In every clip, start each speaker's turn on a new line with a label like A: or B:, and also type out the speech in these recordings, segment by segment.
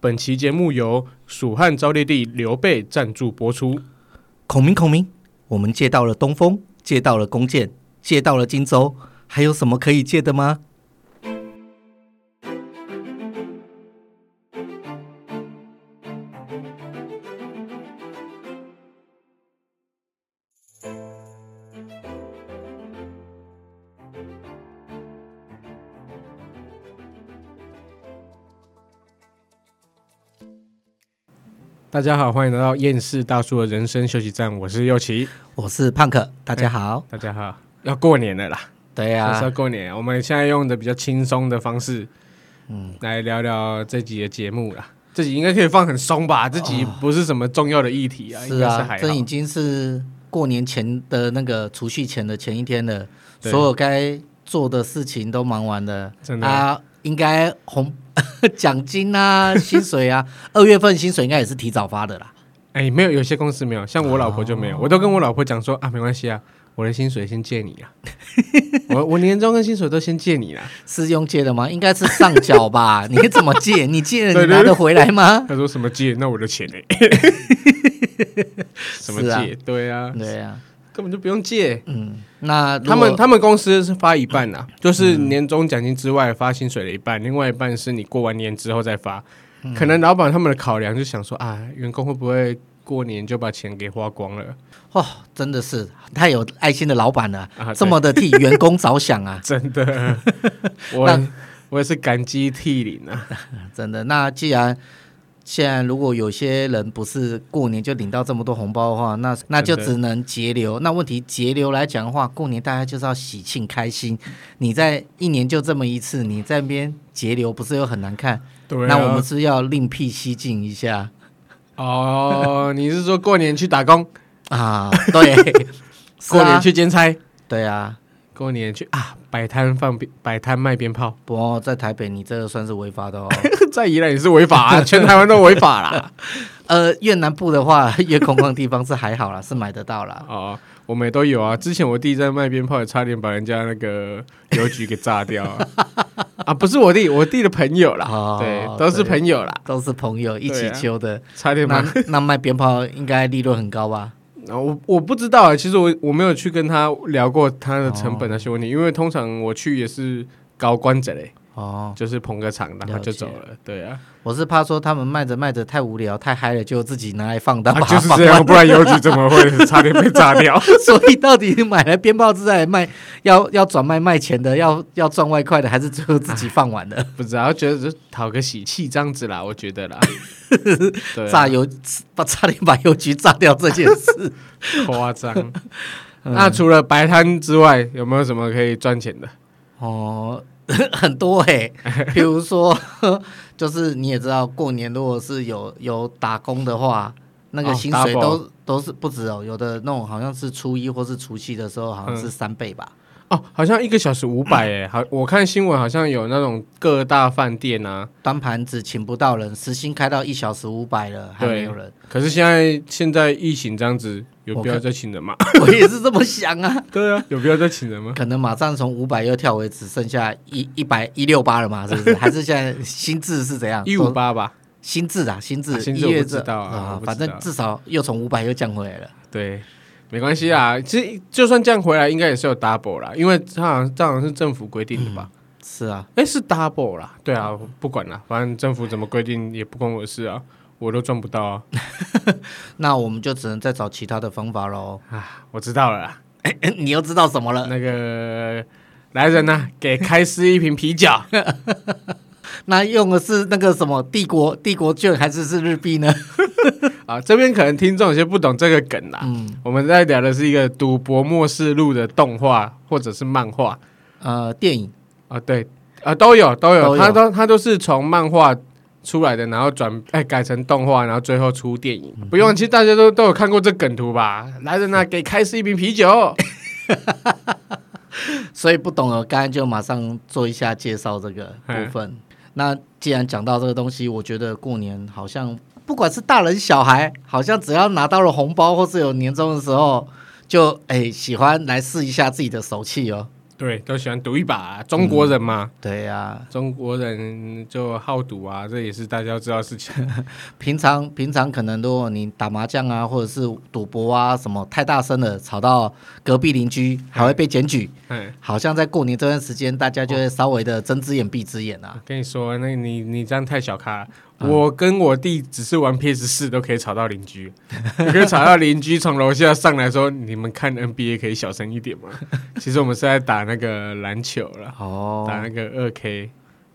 A: 本期节目由蜀汉昭烈帝刘备赞助播出。
B: 孔明，孔明，我们借到了东风，借到了弓箭，借到了荆州，还有什么可以借的吗？
A: 大家好，欢迎来到厌世大叔的人生休息站，我是右奇。
B: 我是胖克，大家好。
A: 大家好，要过年了啦，
B: 对
A: 就是要
B: 啊，
A: 过年。我们现在用的比较轻松的方式，嗯，来聊聊这集的节目啦。这集应该可以放很松吧？这集不是什么重要的议题啊，应
B: 是
A: 该是
B: 啊，
A: 还
B: 这已
A: 好。
B: 经是过年前的那个除夕前的前一天了，
A: 对
B: 所有该做的事情都忙完了，
A: 真的
B: 啊，应该红 奖 金啊，薪水啊，二月份薪水应该也是提早发的啦。
A: 哎，没有，有些公司没有，像我老婆就没
B: 哦
A: 有。我都跟我老婆讲说啊，没关系啊，我的薪水先借 你啊，我我年终跟薪水都先借你啦。
B: 是用借的吗？应该是上缴 吧？你怎么借？你借了
A: 对
B: 你
A: 对
B: 拿得回来 吗？
A: 他说什么借？那我的 钱呢？什么
B: 是啊
A: 借？对啊，
B: 对呀、
A: 根本就不用借。
B: 嗯，那如果嗯
A: 他们他们公司是发一半啊，就是年终奖金之外发薪水的一半，另外一半是你过完年之后再发。
B: 嗯
A: 可能老板他们的考量就想说啊，员工会不会过年就把钱给花光 了？
B: 哦，真的是太有爱心的老板了，
A: 啊对，
B: 这么的替员工着想 啊
A: 真 的，我我也是感激涕零 啊。
B: 真的。那既然现在如果有些人不是过年就领到这么多红包的话，那那就
A: 真的
B: 只能节流。那问题节流来讲的话，过年大家就是要喜庆开心，你在一年就这么一次，你在那边节流不是又很难看？
A: 对啊，
B: 那我们是要另辟蹊径一下。
A: 哦，你是说过年去打工，
B: 啊， 对， 是啊
A: 过年，去兼差，
B: 对啊，
A: 过年去啊摆摊放鞭摆摊卖鞭炮，
B: 不过在台北你这个算是违法的哦。
A: 在宜兰也是违法啊，全台湾都违法啦。
B: 呃，越南部的话，越空旷地方是还好啦，是买得到啦。
A: 哦，我们也都有啊。之前我弟在卖鞭炮，也差点把人家那个邮局给炸掉 啊！啊不是我弟，我弟的朋友啦，
B: 哦
A: 对，都是
B: 对
A: 朋友啦，
B: 都是朋友一
A: 啊
B: 起揪的，
A: 差点把。
B: 那那卖鞭炮应该利润很高吧？
A: 啊我我不知道啊，其实我我没有去跟他聊过他的成本那些问题，因为通常我去也是高官者嘞，
B: 哦，
A: 就是捧个场，然后
B: 了
A: 就
B: 解
A: 走了。对啊，
B: 我是怕说他们卖着卖着太无聊太嗨了，就自己拿来放大、
A: 啊
B: 把它
A: 就是
B: 放
A: 这
B: 完
A: 样，不然邮局怎么会 差点被炸掉？
B: 所以到底买来鞭炮是在卖，要要转卖卖钱的，要要赚外快的，还是最后自己放完的？
A: 不知道，觉得只是讨个喜气这样子啦，我觉得啦， 对啊
B: 炸邮把差点把邮局炸掉这件事，
A: 夸 张。那除了摆摊之外，有没有什么可以赚钱的？
B: 哦，很多哎、 比如说， 就是你也知道，过年如果是有有打工的话，那
A: 哦
B: 个薪水
A: double
B: 都、都是不止哦，有的那种好像是初一或是除夕的时候，
A: 嗯
B: 好像是三倍吧。
A: 哦，好像一个小时五百哎，好，我看新闻好像有那种各大饭店啊，
B: 端盘子请不到人，时薪开到一小时五百了，还
A: 对
B: 没 有人。
A: 可是现在现在疫情这样子，有
B: 我
A: 必要
B: 看
A: 再请人吗？
B: 我也是这么想啊，
A: 对 啊，有必要再请人吗？
B: 可能马上从五百又跳回只剩下一一百一六八了嘛，是不 是？还是现在薪资是怎样？
A: 一五八吧，
B: 薪资啊，薪
A: 啊
B: 资
A: 薪
B: 一
A: 资我
B: 月
A: 不知
B: 这
A: 道啊我不知
B: 反
A: 道
B: 正至少又从五百又降回来了。
A: 对，没关系啦。其实就算这样回来，应该也是有 double 啦，因为它好像这好像是政府规定的吧？
B: 是啊，
A: 哎、是 double 啦，对啊，我不管啦，反正政府怎么规定也不关我的事啊，我都赚不到啊。
B: 那我们就只能再找其他的方法喽。
A: 啊，我知道了啦。
B: 你又知道什么 了？
A: 那个来人呐、给开司一瓶 啤酒。
B: 那用的是那个什么帝国帝国券还是是日币呢？
A: 啊，这边可能听众有些不懂这个梗啦。
B: 嗯，
A: 我们在聊的是一个《赌博末世录》的动画或者是漫画
B: 呃，电影
A: 啊，对啊，都有都有，
B: 都有
A: 它都它都是从漫画出来的，然后转哎改成动画，然后最后出电影。
B: 嗯
A: 不用，其实大家都都有看过这梗图吧？来人呐、给开司一瓶啤 酒。
B: 所以不懂了，刚才就马上做一下介绍这个部分。那既然讲到这个东西，我觉得过年好像不管是大人小孩，好像只要拿到了红包或是有年终的时候，就哎喜欢来试一下自己的手气哦。
A: 对，都喜欢赌一把啊、中国人嘛，
B: 对呀、
A: 中国人就好赌啊，这也是大家要知道的事 情。
B: 平常平常可能如果你打麻将啊，或者是赌博啊什么太大声了，吵到隔壁邻居还会被检举。
A: 哎，
B: 好像在过年这段时间，大家就会稍微的睁只眼闭只眼啊。
A: 跟你说，那你你这样太小咖了。
B: 嗯
A: 我跟我弟只是玩 PS 四都可以吵到邻居， 可以吵到邻居从楼下上来说：“你们看 NBA 可以小声一点 吗？”其实我们是在打那个篮球了，
B: 哦，
A: 打那个二 K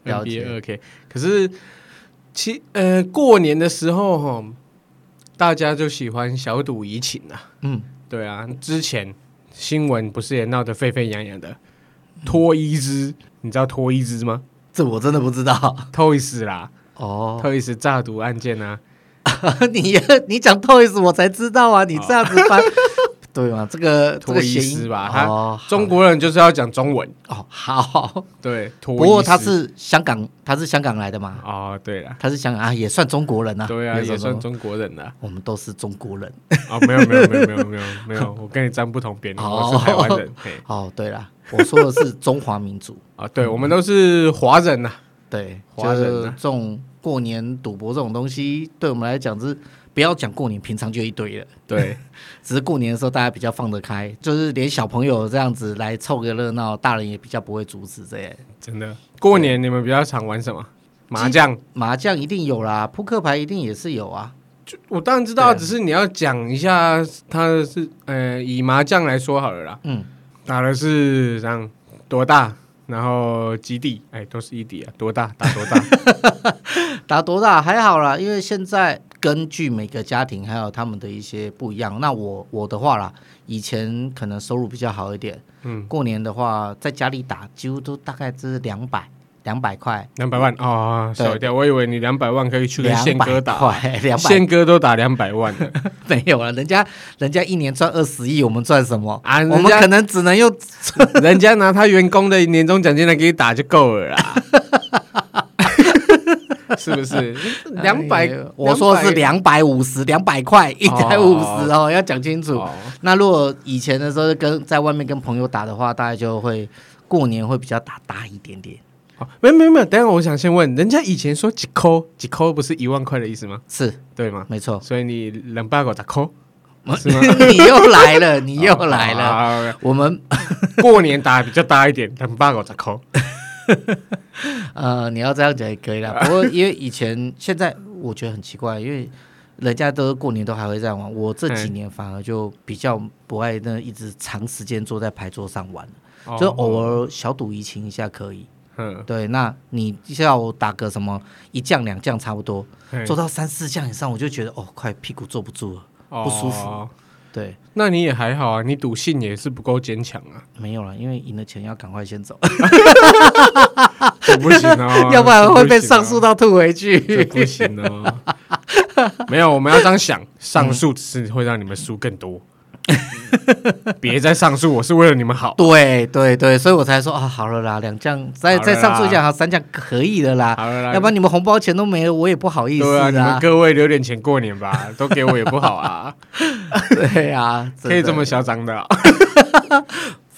B: 了
A: NBA
B: 解
A: 二 K。可是其呃过年的时候哈，大家就喜欢小赌怡情啊。
B: 嗯，
A: 对啊，之前新闻不是也闹得沸沸扬扬的，
B: 嗯
A: 脱衣之，你知道脱衣之吗？
B: 这我真的不知道。
A: 偷一死啦，
B: 哦，
A: 偷一死诈赌案件啊，
B: 你你讲 Toys 我才知道啊，你这样子 翻，对吗？这个这
A: 哦脱
B: 个
A: 衣
B: 谐
A: 师
B: 音
A: 吧，
B: 哦
A: 他，中国人就是要讲中文，
B: 哦好，
A: 对，脱
B: 不
A: 衣
B: 过他
A: 师
B: 是香港，他是香港来的嘛，
A: 哦，对了，
B: 他是香港啊，也算中国人啊，
A: 对啊，也算
B: 中，
A: 中国人了
B: 我们都是中国人。
A: 哦，没有没有没有没有没有没有，我跟你站不同 边，
B: 哦
A: 我是台湾人，嘿，
B: 哦，对啦，我说的是中华民族，
A: 啊，对，我们都是华人呐，
B: 对，
A: 华
B: 就
A: 人啊
B: 是这种过年赌博这种东西，对我们来讲是不要讲过年，平常就一堆了。
A: 对，
B: 只是过年的时候大家比较放得开，就是连小朋友这样子来凑个热闹，大人也比较不会阻止这些。
A: 真的，过年你们比较常玩什么？麻将，
B: 麻将一定有啦，扑克牌一定也是有啊。
A: 我当然知道，
B: 对
A: 只是你要讲一下，他是呃，以麻将来说好了啦，
B: 嗯，
A: 打的是这样多大，然后基地，哎，都是一底啊，多大打多 大，
B: 打多大还好啦，因为现在根据每个家庭还有他们的一些不一样。那我我的话啦，以前可能收入比较好一点，
A: 嗯，
B: 过年的话在家里打，几乎都大概就是两百两百块，
A: 两百万哦，
B: 对
A: 小掉，我以为你两百万可以去跟宪
B: 两
A: 哥
B: 百
A: 打，
B: 块， 两百
A: 宪哥都打两百万了
B: 没有啊了，人家人家一年赚二十亿，我们赚什么？
A: 啊，
B: 我
A: 人
B: 们可
A: 家
B: 能只能用
A: 人家拿他员工的年终奖金来给你打就够了 啦。是不是 两百？
B: 哎我说的是
A: 200
B: 两百五十，两百块一百五十哦，要讲清楚。
A: 哦
B: 那如果以前的时候跟在外面跟朋友打的话，大概就会过年会比较打大一点点，
A: 好，哦没有没有没有，等一下我想先问，人家以前说几扣几扣不是一万块的意思吗？
B: 是
A: 对吗？
B: 没错。
A: 所以你两百个咋扣？是吗？ 哦
B: 你又 来了，你又来
A: 好
B: 了。
A: 好好好
B: 我们
A: 过年打比较大一点，两百个咋扣？
B: 呃，你要这样讲也可以 啦。不过因为以前现在我觉得很奇怪，因为人家都过年都还会这样玩，我这几
A: 嗯
B: 年反而就比较不爱那一直长时间坐在牌桌上玩，
A: 哦
B: 就偶尔小赌怡情一下可以。
A: 嗯，
B: 对，那你下午打个什么一降两降差不多，
A: 嘿
B: 做到三四降以上，我就觉得哦，快屁股坐不住了。不舒服
A: 哦
B: 对，
A: 那你也还好啊，你赌性也是不够坚强 啊，
B: 没有了，因为赢了钱要赶快先走，
A: 这不行哦，
B: 要不然会被上诉
A: 诉，
B: 到吐回
A: 这
B: 去。
A: 不行啊哦。 没有，我们要这样想，上诉只是会让你们输更 多。别再上诉，我是为了你们好。
B: 对对对，所以我才说啊，好了啦，两降再
A: 好了啦
B: 再上诉一下，好三降可以的啦。
A: 好了啦，
B: 要不然你们红包钱都没了，我也不好意思
A: 对啊，你们
B: 啊。
A: 各位留点钱过年 吧，都给我也不好啊，
B: 对啊，真
A: 可以
B: 的
A: 这么嚣张的啊。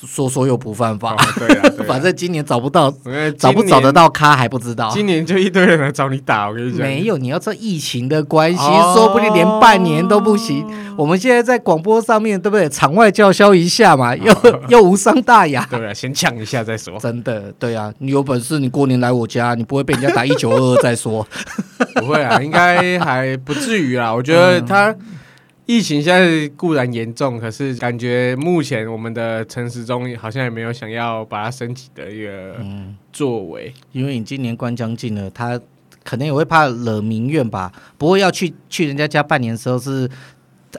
B: 说说又不犯
A: 哦
B: 法，
A: 对啊，对啊
B: 反正今年找不到，
A: 我看
B: 找不
A: 今
B: 找得
A: 年？
B: 到咖还不知道。
A: 今年就一堆人来找你打，我跟你讲，
B: 没有，你要这疫情的关系，
A: 哦
B: 说不定连半年都不行。我们现在在广播上面，对不对？场外叫嚣一下嘛，又、 又无伤大雅。，
A: 对啊，先呛一下再说
B: 真的，对啊，你有本事你过年来我家，你不会被人家打一九二二再说。
A: 不会啊，应该还不至于啦。我觉得
B: 嗯
A: 他疫情现在固然严重，可是感觉目前我们的陈时中好像也没有想要把它升级的一个
B: 嗯
A: 作为。
B: 因为你今年关将近了，他可能也会怕惹民怨吧。不过要去去人家家半年的时候是。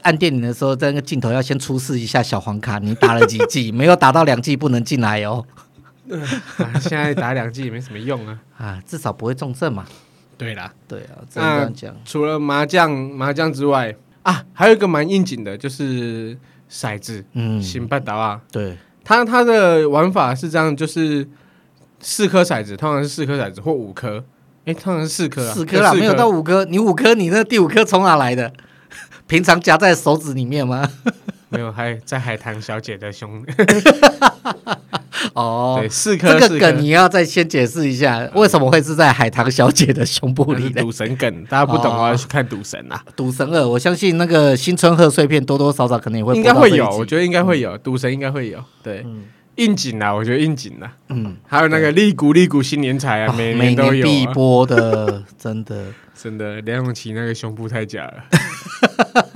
B: 按电铃的时候，在那个镜头要先出示一下小黄卡，你打了几 季？没有打到两季不能进来哦。
A: 啊现在打两剂也没什么用啊。
B: 啊，至少不会重症嘛。
A: 对啦，
B: 对啊，只能这样讲。
A: 除了麻将麻将之外啊，还有一个蛮应景的，就是骰子，
B: 嗯，
A: 新半岛啊。
B: 对，
A: 它它的玩法是这样，就是四颗骰子，通常是四颗骰子或五颗，哎、通常是四颗、啊，
B: 四颗啦，
A: 就
B: 没有到五颗。你五颗，你那第五颗从哪来的？ 平常 夹在手指里面吗？
A: 没有，还在海棠小姐的胸，
B: 哦
A: 对，，四颗
B: 这个
A: 四颗
B: 梗你要再先解释一下，为什么会是在海棠小姐的胸部
A: 那
B: 里
A: 是
B: 的？
A: 赌神梗，大家不懂的话去看赌神啊，
B: 赌神二，我相信那个新春贺岁片多多少少可能也会
A: 应
B: 播
A: 该
B: 到
A: 会
B: 这一
A: 有，
B: 集
A: 我觉得应该会有，
B: 嗯
A: 赌神应该会有，对，应景啊，我觉得应景啊，
B: 嗯，
A: 还有那个利古利古新年财啊，
B: 哦
A: 每
B: 每
A: 年都
B: 年
A: 有
B: 必
A: 啊，
B: 播的， 真的，
A: 真的，梁咏琪那个胸部太假 了，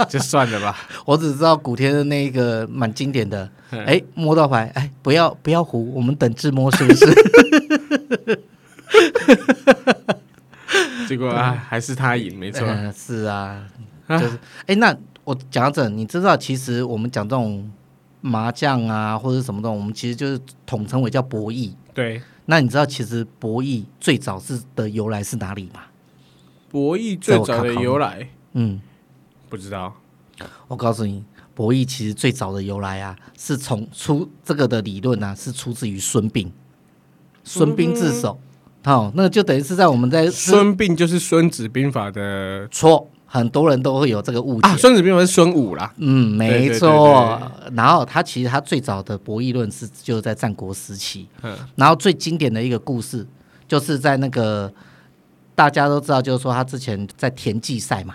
A: 就算了吧，
B: 我只知道古天的那一个蛮经典的，
A: 嗯
B: 哎，摸到牌，哎，不要不要胡，我们等自摸是不是？
A: 结果啊还是他赢，没错，
B: 嗯， 是啊，
A: 啊
B: 就是哎、那我讲到这，你知道，其实我们讲这种麻将啊，或者什么这种，我们其实就是统称为叫博弈。
A: 对，
B: 那你知道，其实博弈最早是的由来是哪里吗？
A: 博弈最早的由来
B: 嗯，
A: 不知道，
B: 我告诉你，博弈其实最早的由来啊，是从出这个的理论啊，是出自于孙膑，孙膑自首。好、那就等于是在我们在
A: 嗯孙膑就是《孙子兵法》的
B: 错，很多人都会有这个误解。
A: 啊，《孙子兵法》是孙武啦，
B: 嗯，没
A: 对
B: 错。然后他其实他最早的博弈论是就是在战国时期，
A: 嗯
B: 然后最经典的一个故事就是在那个大家都知道，就是说他之前在田忌赛嘛，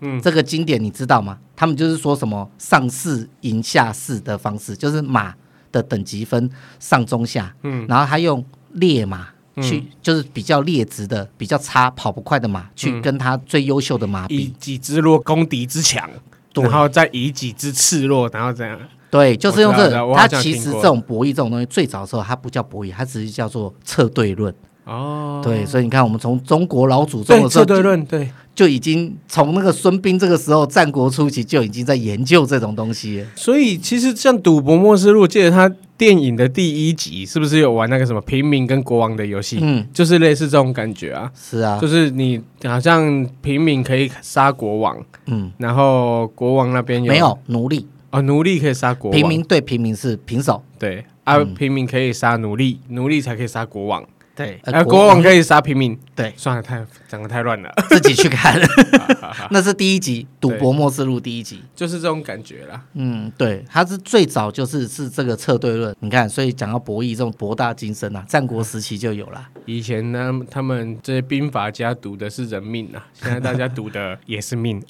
A: 嗯，
B: 这个经典你知道吗？他们就是说什么上士赢下士的方式，就是马的等级分上中下，
A: 嗯，
B: 然后他用烈马。去就是比较劣质的、比较差、跑不快的马，
A: 嗯
B: 去跟他最优秀的马比
A: 以，己之弱攻敌之强，
B: 对
A: 然后再以己之赤弱，然后这样
B: 对，就是用
A: 我
B: 这
A: 知道
B: 个
A: 我。好
B: 它
A: 像
B: 其
A: 听
B: 实
A: 过
B: 这种博弈这种东西，最早的时候它不叫博弈，它只是叫做策对论。
A: 哦，
B: 对，所以你看，我们从中国老祖宗
A: 对，
B: 的时候
A: 这对
B: 就，
A: 论对，
B: 就已经从那个孙膑这个时候，战国初期就已经在研究这种东西了。
A: 所以其实像《赌博默示录》，记得他电影的第一集是不是有玩那个什么平民跟国王的游戏？
B: 嗯，
A: 就是类似这种感觉啊，
B: 是啊
A: 就，是你好像平民可以杀国王，
B: 嗯，
A: 然后国王那边有
B: 没有奴隶，
A: 哦，奴隶可以杀国王，
B: 平民对平民是平手，
A: 对啊，平民可以杀奴隶，奴隶才可以杀国王，
B: 对，
A: 啊，国王可以杀平民。，
B: 呃对
A: 算了，太讲的太乱了，
B: 自己去看， 那是第一集《赌博末世录》第一集。
A: 就是这种感觉啦。
B: 嗯，对，他是最早就是是这个策对论，你看，所以讲到博弈这种博大精深啊，战国时期就有了。
A: 以前呢，他们这些兵法家赌的是人命啊，现在大家赌的也是命，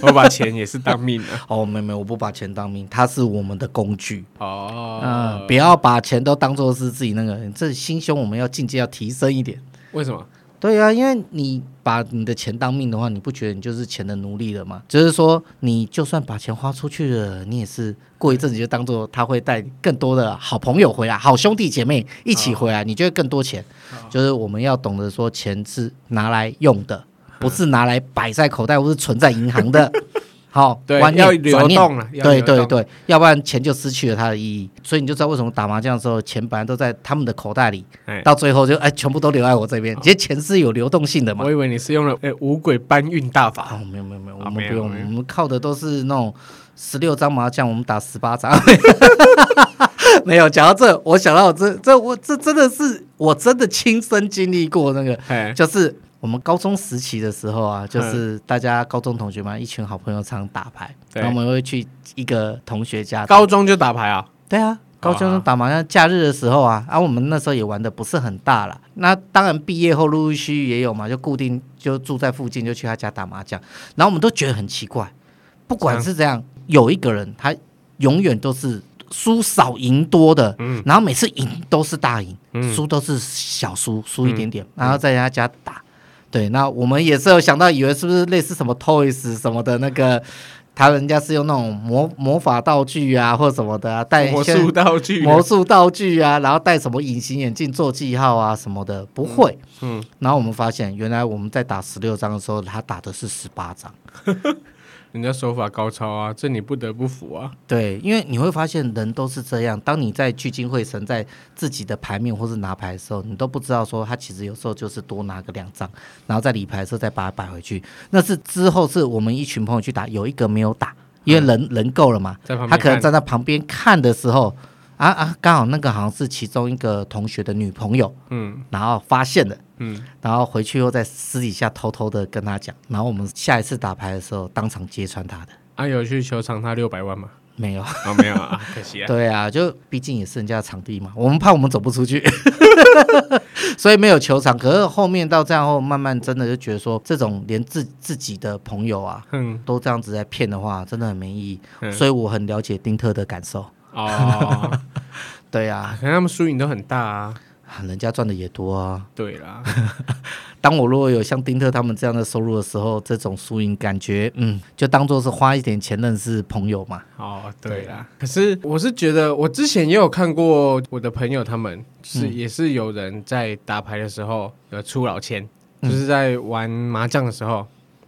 A: 我把钱也是当命 啊。
B: 哦，没有没有，我不把钱当命，它是我们的工具。
A: 哦，
B: 嗯、不要把钱都当做是自己那个，这心胸我们要境界要提升一点。
A: 为什么？
B: 对啊，因为你把你的钱当命的话，你不觉得你就是钱的奴隶了吗？就是说，你就算把钱花出去了，你也是过一阵子就当做他会带更多的好朋友回来，好兄弟姐妹一起回
A: 啊
B: 来，你就会更多钱。就是我们要懂得说，钱是拿来用的，不是拿来摆在口袋或是存在银行 的。好，
A: 对
B: 观念
A: 要流
B: 转念
A: 动了要
B: 对
A: 流动
B: 对对，要不然钱就失去了它的意义。所以你就知道为什么打麻将的时候，钱本来都在他们的口袋里，
A: 哎，
B: 到最后就哎，全部都留在我这
A: 哦
B: 边。其实钱是有流动性的嘛
A: 我。以为你是用了哎五鬼搬运大法，
B: 哦，没有没有没有，我
A: 啊
B: 们
A: 没有
B: 不用，
A: 没有
B: 我们靠的都是那种十六张麻将，我们打十八张。没有，讲到这，我想到这这我这真的是我真的亲身经历过那个，
A: 哎，
B: 就是我们高中时期的时候
A: 嗯
B: 啊，就是大家高中同学嘛，一群好朋友常打牌，
A: 对
B: 然后我们会去一个同学家
A: 高中就打牌啊，
B: 对啊，高中
A: 啊
B: 生打麻将，假日的时候啊，啊，我们那时候也玩的不是很大啦。那当然，毕业后陆陆续续也有嘛，就固定就住在附近，就去他家打麻将。然后我们都觉得很奇怪，不管是怎样，有一个人他永远都是输少赢多的，
A: 嗯
B: 然后每次赢都是大赢，输都是小输，输一点点，
A: 嗯
B: 然后在人家家打。对，那我们也是有想到，以为是不是类似什么 Toys 什么的那个，他人家是用那种魔魔法道具啊，或什么的啊，带
A: 魔
B: 先
A: 术道具，
B: 魔术道具啊，然后戴什么隐形眼镜做记号啊什么的，不会。
A: 嗯嗯
B: 然后我们发现，原来我们在打十六张的时候，他打的是十八张。
A: 人家手法高超啊，这你不得不服啊。
B: 对，因为你会发现人都是这样，当你在聚精会神在自己的牌面或是拿牌的时候，你都不知道说他其实有时候就是多拿个两张，然后在理牌的时候再把它摆回去。那是之后是我们一群朋友去打，有一个没有打，因为人、人够了嘛
A: 嗯在旁，边
B: 他可能
A: 看
B: 站在旁边看的时候，啊啊，刚好那个好像是其中一个同学的女朋友，
A: 嗯
B: 然后发现了。
A: 嗯，
B: 然后回去又在私底下偷偷的跟他讲，然后我们下一次打牌的时候当场揭穿他的。
A: 啊有去球场他六百万吗？
B: 没有，
A: 哦，没有啊，可惜啊。
B: 对啊，就毕竟也是人家的场地嘛，我们怕我们走不出去， 所以没有球场。可是后面到这样后，慢慢真的就觉得说，这种连自自己的朋友啊
A: 嗯，
B: 都这样子在骗的话，真的很没意义。
A: 嗯
B: 所以我很了解丁特的感受。
A: 哦，
B: 对啊，
A: 可能他们输赢都很大啊。
B: 啊人家赚的也多啊。
A: 对啦，
B: 当我如果有像丁特他们这样的收入的时候，这种输赢感觉，嗯，就当做是花一点钱认识朋友嘛。
A: 哦，对啦。可是我是觉得，我之前也有看过我的朋友，他们是也是有人在打牌的时候有出老千，就是在玩麻将的时候，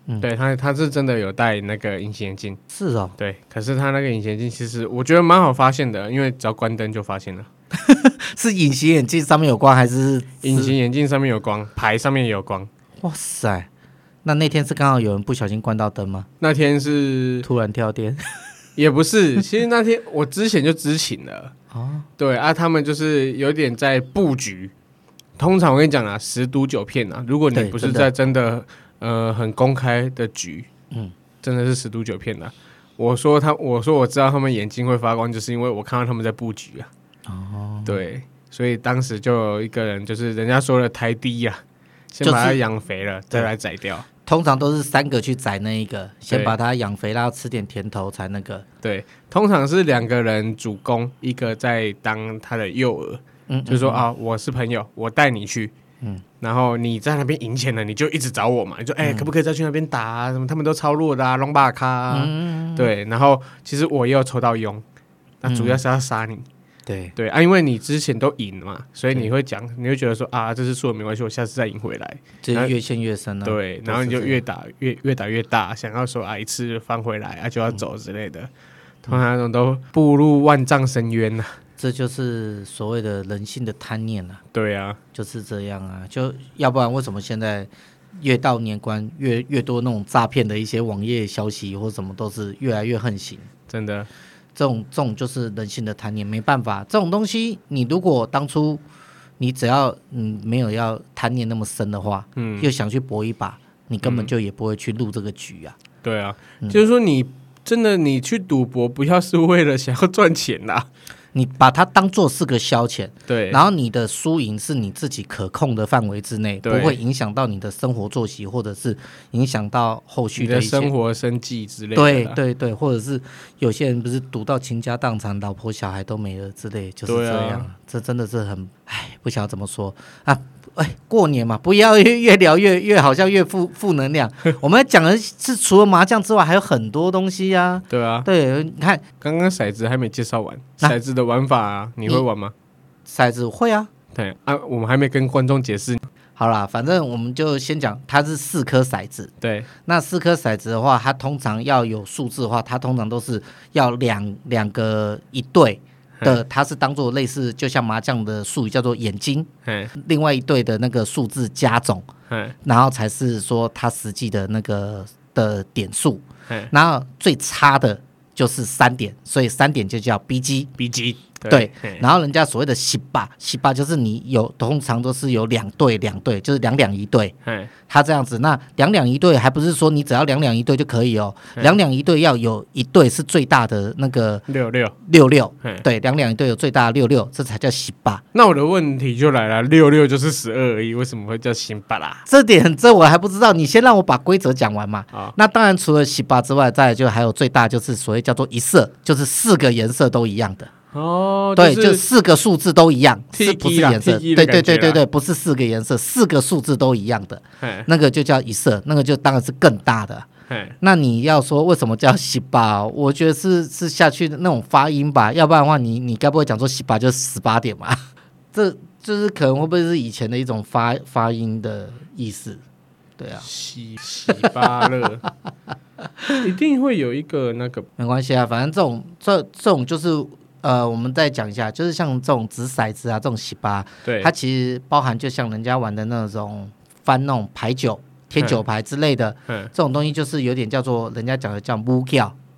B: 嗯
A: 对他他是真的有戴那个隐形眼镜，
B: 是哦，
A: 对。可是他那个隐形眼镜其实我觉得蛮好发现的，因为只要关灯就发现了。
B: 是隐形眼镜上面有光还是
A: 隐形眼镜上面有光，牌上面也有光。
B: 哇塞，那那天是刚好有人不小心关到灯吗？
A: 那天是
B: 突然跳电
A: 也不是，其实那天我之前就知情了。
B: 哦，
A: 对啊，他们就是有点在布局。通常我跟你讲啊，十赌九骗啊，如果你
B: 对
A: 不是
B: 真的
A: 在真的呃很公开的局，嗯
B: 嗯，
A: 真的是十赌九骗啊。我说他，我说我知道他们眼睛会发光，就是因为我看到他们在布局啊。哦，对，所以当时就有一个人，就是人家说的抬低呀、先把
B: 就
A: 它
B: 是
A: 养肥了，再来宰掉。
B: 通常都是三个去宰那一个，先
A: 对
B: 把它养肥，然后吃点甜头才那个。
A: 对，通常是两个人主攻，一个在当他的诱饵，
B: 嗯
A: 就是说啊，我是朋友，我带你去，嗯，然后你在那边赢钱了，你就一直找我嘛，你就
B: 嗯
A: 哎、可不可以再去那边打啊？什么他们都超弱的啊，龙巴卡啊、
B: 嗯
A: 对，然后其实我也有抽到佣，那主要是要杀你，
B: 对，
A: 对啊，因为你之前都赢了嘛，所以你会讲，你会觉得说啊，这次输了没关系，我下次再赢回来，
B: 就是越陷越深了。啊
A: 对，然后你就
B: 都
A: 是
B: 这
A: 越打越越打越大，想要说啊一次翻回来啊就要
B: 嗯
A: 走之类的，通常那种都步入万丈深渊呐、啊
B: 这就是所谓的人性的贪念啊，
A: 对啊，
B: 就是这样啊。就要不然为什么现在越到年关越越多那种诈骗的一些网页消息或什么都是越来越横行？
A: 真的，
B: 这种这种就是人性的贪念，没办法。这种东西，你如果当初你只要嗯没有要贪念那么深的话，
A: 嗯，
B: 又想去搏一把，你根本就也不会去入这个局啊。
A: 对啊，就是说你真的你去赌博，不要是为了想要赚钱 啦、
B: 你把它当做是个消遣，
A: 对，
B: 然后你的输赢是你自己可控的范围之内，不
A: 对
B: 会影响到你的生活作息，或者是影响到后续
A: 你的
B: 一些
A: 生。活生计之类的
B: 对
A: 啦，
B: 对对，或者是有些人不是赌到倾家荡产，老婆小孩都没了之类，就是
A: 对
B: 这
A: 啊
B: 样。这真的是很，哎，不晓得怎么说啊。哎，过年嘛，不要越越聊越越好像越负负能量。我们讲的是除了麻将之外，还有很多东西呀、
A: 对
B: 啊。
A: 啊，
B: 对，你看
A: 刚刚骰子还没介绍完，
B: 啊
A: 骰子的玩法、啊、你会
B: 你
A: 玩吗？
B: 骰子会啊。
A: 对啊，我们还没跟观众解释，
B: 好啦，反正我们就先讲，它是四颗骰子，
A: 对，
B: 那四颗骰子的话，它通常要有数字的话，它通常都是要两两个一对的，它是当做类似就像麻将的术语叫做眼睛，
A: 哎
B: 另外一对的那个数字加总，
A: 哎
B: 然后才是说它实际的那个的点数，
A: 哎
B: 然后最差的就是三点，所以三点就叫 B G。
A: ，B G，
B: 对
A: 嘿，
B: 然后人家所谓的洗霸，洗霸就是你有通常都是有两对两对，就是两两一对，
A: 哎
B: 他这样子，那两两一对还不是说你只要两两一对就可以哦，
A: 嗯
B: 两两一对要有一对是最大的那个
A: 六六。
B: 六六
A: 嗯，
B: 对，两两一对有最大的六六，这才叫洗吧。
A: 那我的问题就来了，六六就是十二而已，为什么会叫辛巴拉？
B: 这点这我还不知道，你先让我把规则讲完嘛。
A: 好
B: 那当然除了洗吧之外，再来就还有最大就是所谓叫做一色，就是四个颜色都一样的，
A: 哦，
B: 对，
A: 就
B: 就是四个数字都一样，
A: T
B: 是不是
A: E 啦
B: 颜色？
A: T E
B: 对
A: 的感觉
B: 对对
A: 啦
B: 对对，不是四个颜色，四个数字都一样的，
A: 嘿
B: 那个就叫一色，那个就当然是更大的。
A: 嘿
B: 那你要说为什么叫洗吧？我觉得是是下去的那种发音吧，要不然的话你，你该不会讲说洗吧就是十八点吧？ 这就是可能会不会是以前的一种发发音的意思？对啊，
A: 喜喜巴勒， 一定会有一个那个
B: 没关系啊，反正这种这这种就是呃，我们再讲一下，就是像这种掷骰子啊，这种洗吧，
A: 对
B: 它其实包含就像人家玩的那种翻那种牌九、天九牌之类的
A: 嗯，
B: 这种东西，就是有点叫做人家讲的叫 m o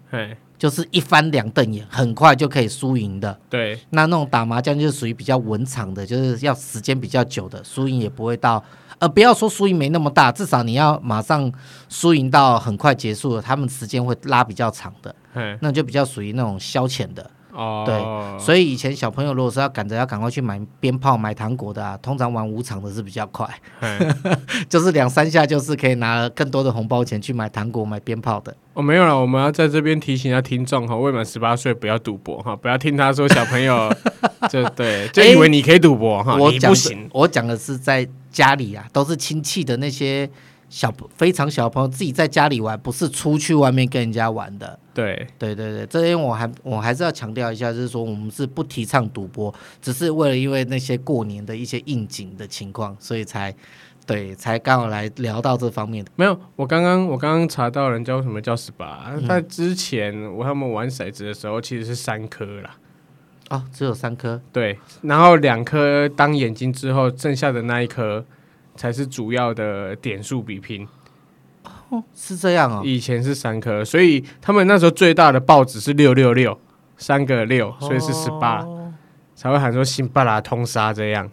A: 嘿
B: 就是一翻两瞪眼，很快就可以输赢的。
A: 对
B: 那那种打麻将就是属于比较稳场的，就是要时间比较久的，输赢也不会到呃，不要说输赢没那么大，至少你要马上输赢到很快结束了，他们时间会拉比较长的，
A: 嘿，
B: 那就比较属于那种消遣的。
A: 哦，
B: 所以以前小朋友如果是要赶着要赶快去买鞭炮、买糖果的啊，通常玩五场的是比较快，
A: 嘿，
B: 就是两三下就是可以拿更多的红包钱去买糖果、买鞭炮的。
A: 哦，没有了，我们要在这边提醒一下听众哈，未满十八岁不要赌博哈，不要听他说小朋 友就对，就以为你可以赌博哈，
B: 我
A: 啊你
B: 讲
A: 不
B: 的
A: 行，
B: 我讲的是在家里啊，都是亲戚的那些小非常小朋友自己在家里玩，不是出去外面跟人家玩的。
A: 对，
B: 对对对，这边我还我还是要强调一下，就是说我们是不提倡赌博，只是为了因为那些过年的一些应景的情况，所以才对才刚好来聊到这方面的。
A: 没有，我刚刚我刚刚查到人叫什么叫十八，在之前我他们玩骰子的时候其实是三颗啦，
B: 哦，只有三颗
A: 对，然后两颗当眼睛之后，剩下的那一颗才是主要的点数比拼，
B: 哦，是这样哦。
A: 以前是三颗，所以他们那时候最大的报纸是六六六，三个六，所以是十八、
B: 哦
A: 才会喊说辛巴拉通杀这样。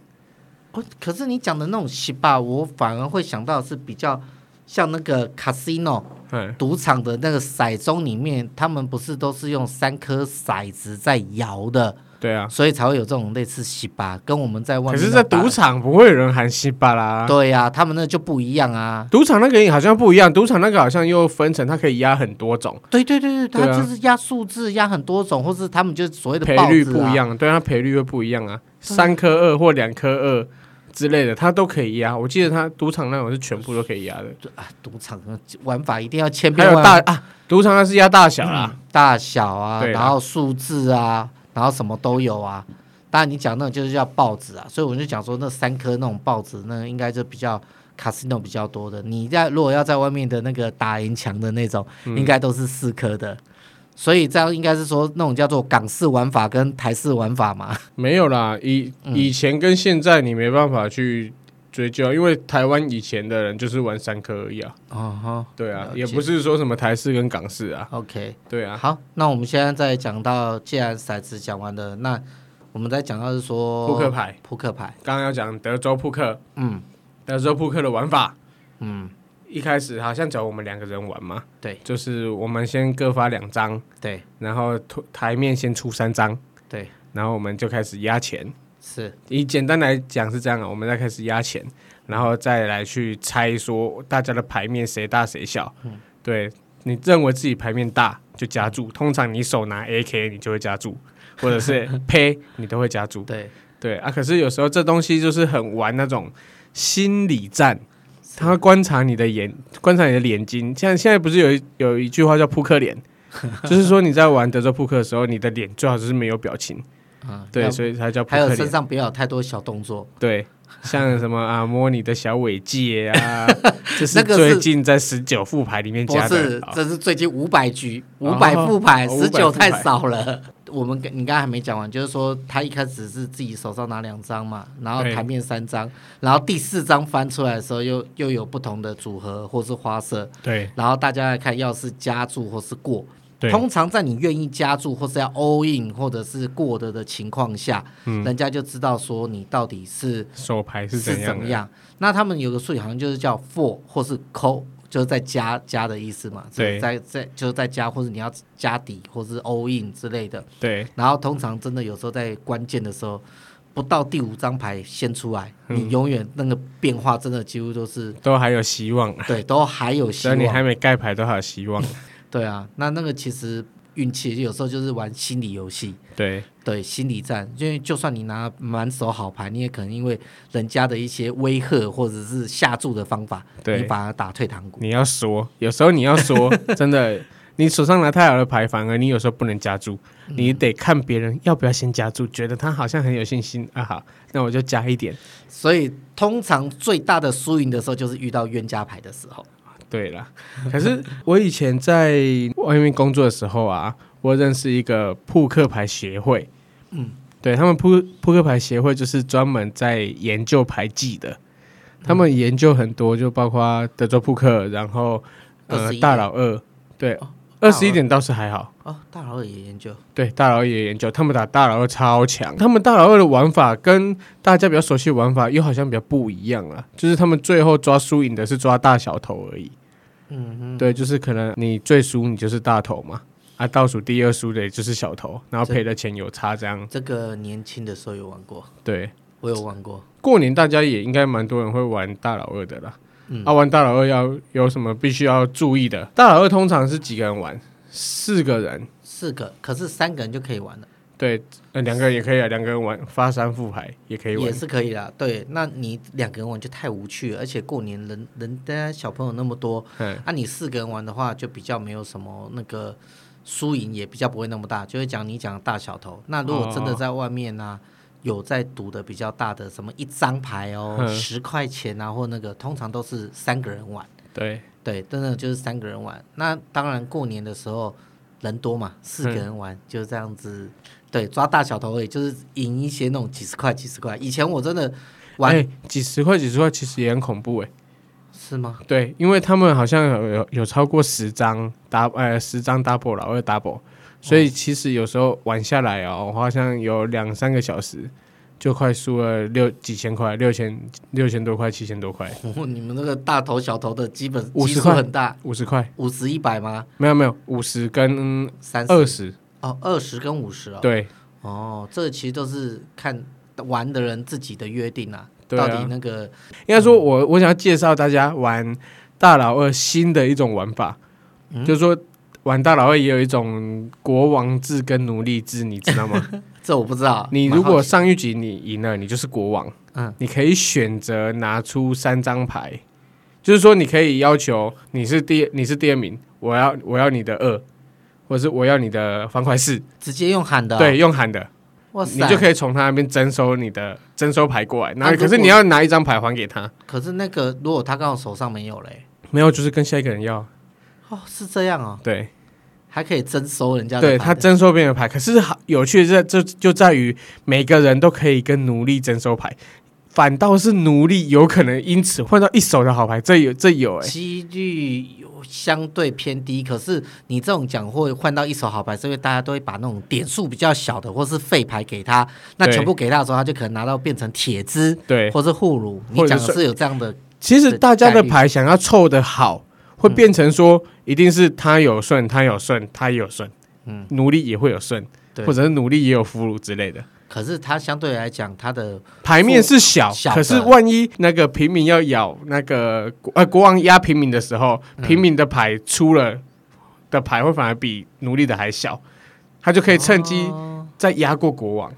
B: 哦，可是你讲的那种洗吧，我反而会想到是比较像那个 casino，
A: 嗯，
B: 赌场的那个骰盅里面，他们不是都是用三颗骰子在摇的，
A: 对啊。
B: 所以才会有这种类似洗吧，跟我们在外
A: 可
B: 面
A: 是，在
B: 那打
A: 赌，场不会有人喊辛巴拉。啊
B: 对呀、他们那就不一样啊。
A: 赌场那个好像不一样，赌场那个好像又分成，它可以压很多种，
B: 对对对对，
A: 对啊
B: 他就是压数字，压很多种，或是他们就是所谓的
A: 赔
B: 豹
A: 率
B: 子
A: 不
B: 啊
A: 一。样，对它赔率会不一样啊，三颗二或两颗二之类的，它都可以压。我记得它赌场那种是全部都可以压的，
B: 啊，赌场的玩法一定要千
A: 还
B: 变
A: 有
B: 万
A: 大
B: 化
A: 啊，赌场那是压大小啦，
B: 大小啊，
A: 对啦
B: 然后数字啊，然后什么都有啊。当然你讲那种就是叫报纸啊，所以我就讲说那三颗那种报纸，那个应该就比较 casino 比较多的。你在如果要在外面的那个打赢墙的那种，
A: 嗯
B: 应该都是四颗的。所以这样应该是说那种叫做港式玩法跟台式玩 法嘛。
A: 没有啦，以
B: 嗯
A: 以前跟现在你没办法去追究，啊因为台湾以前的人就是玩三颗而已啊，
B: 哦
A: 对啊，
B: 了解
A: 也不是说什么台式跟港式啊，
B: 哈，OK，
A: 对啊，
B: 好，那我们现在再讲到，既然骰子讲完了，那我们再讲到是说
A: 扑克牌，
B: 扑克牌，
A: 刚刚要讲德州扑克，
B: 嗯
A: 德州扑克的玩法，
B: 嗯，
A: 一开始好像只有我们两个人玩嘛，
B: 对
A: 就是我们先各发两张，
B: 对
A: 然后图台面先出三张，
B: 对
A: 然后我们就开始压钱。
B: 是。
A: 以简单来讲是这样啊，我们再开始压钱，然后再来去猜说大家的牌面谁大谁小。
B: 嗯
A: 对你认为自己牌面大就加注，通常你手拿 AK 你就会加注，或者是 呸你都会加注。
B: 对，
A: 对啊，可是有时候这东西就是很玩那种心理战，他会观察你的眼，观察你的眼睛。像现在不是有一有一句话叫扑克 脸，就是说你在玩德州扑克的时候，你的脸最好就是没有表情。
B: 嗯，
A: 对，
B: 要
A: 所以才叫扑
B: 还
A: 克
B: 有身
A: 脸。
B: 上不要有太多小动作，
A: 对，像什么啊，摸你的小尾戒 啊，这是
B: 那个是
A: 最近在十九副牌里面
B: 不
A: 加
B: 是
A: 的。啊，
B: 这是最近五百局五
A: 哦
B: 百副牌，
A: 哦
B: 十
A: 500
B: 九
A: 副牌
B: 太少了。 我们你刚才还没讲完，就是说他一开始是自己手上拿两张嘛，然后
A: 对
B: 台面三张，然后第四张翻出来的时候又又有不同的组合或是花色，
A: 对
B: 然后大家来看要是加注或是过。
A: 对
B: 通常在你愿意加注或是要 all in 或者是过的的情况下，
A: 嗯
B: 人家就知道说你到底是
A: 手牌是
B: 是
A: 怎
B: 怎
A: 样
B: 么
A: 的？
B: 样？那他们有个术语好像就是叫 for 或是 co，就是在加加的意思嘛，
A: 对
B: 在在就是在加，或者你要加底或是 all in 之类的。
A: 对
B: 然后通常真的有时候在关键的时候，不到第五张牌先出来，
A: 嗯
B: 你永远那个变化真的几乎都是
A: 都还有希望，
B: 对，都还有希
A: 只要你还
B: 望。
A: 没盖牌，都还有希望。
B: 对啊，那那个其实运气有时候就是玩心理游戏。
A: 对，
B: 对心理战，因为就算你拿满手好牌，你也可能因为人家的一些威吓或者是下注的方法，
A: 对
B: 你反而打退堂鼓。
A: 你要说，有时候你要说，真的，你手上拿太好的牌，反而你有时候不能加注，你得看别人要不要先加注，觉得他好像很有信心啊，好，那我就加一点。
B: 所以通常最大的输赢的时候，就是遇到冤家牌的时候。
A: 对啦，可是我以前在外面工作的时候啊，我认识一个扑克牌协会，嗯，对他们扑扑克牌协会就是专门在研究牌技的，他们研究很多，就包括德州扑克，然后呃
B: 21
A: 大老二，对，二十一点倒是还好。
B: 哦，大佬也研究，
A: 对，大佬也研究，他们打大佬二超强，他们大佬二的玩法跟大家比较熟悉的玩法又好像比较不一样了，就是他们最后抓输赢的是抓大小头而已。嗯，对，就是可能你最输你就是大头嘛，啊，倒数第二输的也就是小头，然后
B: 这
A: 赔的钱有差这样。
B: 这个年轻的时候有玩过，
A: 对，
B: 我有玩过，
A: 过年大家也应该蛮多人会玩大老二的啦。啊，玩大老二要有什么必须要注意的？大老二通常是几个人玩？四个人，
B: 四个，可是三个人就可以玩了，
A: 对，呃，两个人也可以啊，两个人玩发三副牌也可以玩
B: 也。是可以啦。对，那你两个人玩就太无趣了，而且过年人人大家小朋友那么多，
A: 嗯，
B: 啊，你四个人玩的话就比较没有什么那个输赢，也比较不会那么大，就会讲你讲的大小头。那如果真的
A: 哦
B: 在外面呢、有在赌的比较大的，什么一张牌哦，
A: 嗯
B: 十块钱啊，或那个，通常都是三个人玩。
A: 对，
B: 对，真的就是三个人玩。那当然过年的时候人多嘛，四个
A: 嗯
B: 人玩、就这样子，对，抓大小头而已，就是赢一些那种几十块、几十块。以前我真的玩、
A: 哎，几十块几十块其实也很恐怖哎。
B: 是吗？
A: 对，因为他们好像有有有超过十张 d 呃十张 double 老二 double，所以其实有时候玩下来哦，我好像有两三个小时就快输了六几千块，六千六千多块，七千多块，
B: 你们那个大头小头的基本
A: 50
B: 基数
A: 块
B: 很大，
A: 五十块
B: 五十一百吗？
A: 没有没有五十跟
B: 三
A: 二
B: 十
A: 十，
B: 哦，二十跟五十哦。
A: 对
B: 哦，这其实都是看玩的人自己的约定啊，
A: 对
B: 到
A: 啊
B: 底那个
A: 应该说我我想要介绍大家玩大老二新的一种玩法，
B: 嗯
A: 就是说玩大老二也有一种国王制跟奴隶制，你知道吗？
B: 这我不知道。
A: 你
B: 蛮
A: 如
B: 好
A: 果
B: 奇
A: 上一局你赢了，你就是国王。
B: 嗯，
A: 你可以选择拿出三张牌，就是说你可以要求你是第你是第二名，我要我要你的二，或者是我要你的方块四，
B: 直接用喊的、，啊
A: 对，用啊喊的，
B: 哇
A: 你
B: 塞，
A: 就可以从他那边征收你的征收牌过来。然后
B: 如果
A: 可是你要拿一张牌还给他，
B: 可是那个如果他刚好手上没有嘞，
A: 没有就是跟下一个人要，
B: 哦，是这样哦，
A: 对
B: 还可以征收人家的
A: 对，
B: 牌
A: 他征收别人的牌。可是好有趣的这这就在于每个人都可以跟奴隶征收牌。反倒是奴隶有可能因此换到一手的好牌，这有这有哎、
B: 几率有相对偏低，可是你这种奖会换到一手好牌，是因为大家都会把那种点数比较小的或是废牌给他，那
A: 对
B: 全部给他的时候，他就可能拿到变成铁枝
A: 对，
B: 或是护乳。你
A: 或者
B: 讲
A: 是
B: 的是有这样的
A: 其实大家的牌想要凑的好，会变成说一定是他有顺，他有顺，他也有顺，嗯，奴隶也会有顺，
B: 对
A: 或者是奴隶也有俘虏之类的。
B: 可是它相对来讲，它的
A: 牌面是小，
B: 小的
A: 可是万一那个平民要咬那个国呃国王压平民的时候，
B: 嗯
A: 平民的牌出了的牌会反而比奴隶的还小，他就可以趁机
B: 哦
A: 再压过国王。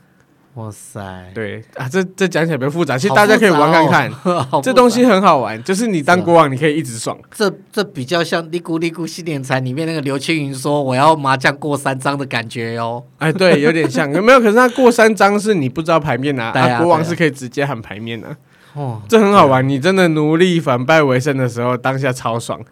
B: 哇塞，
A: 对啊，这这讲起来比较复杂，其实
B: 好
A: 大家可以
B: 复杂
A: 玩看看，
B: 哦 好复杂
A: 这东西很好玩，就是你当国王你可以一直爽。
B: 这这比较像《利咕利咕新年财》里面那个刘青云说我要麻将过三张的感觉哦。
A: 哎， 对，有点像，有没有？可是他过三张是你不知道牌面啊，
B: 对啊
A: 国王
B: 对啊
A: 是可以直接喊牌面啊，
B: 哦，
A: 这很好玩。你真的奴隶反败为胜的时候，当下超爽。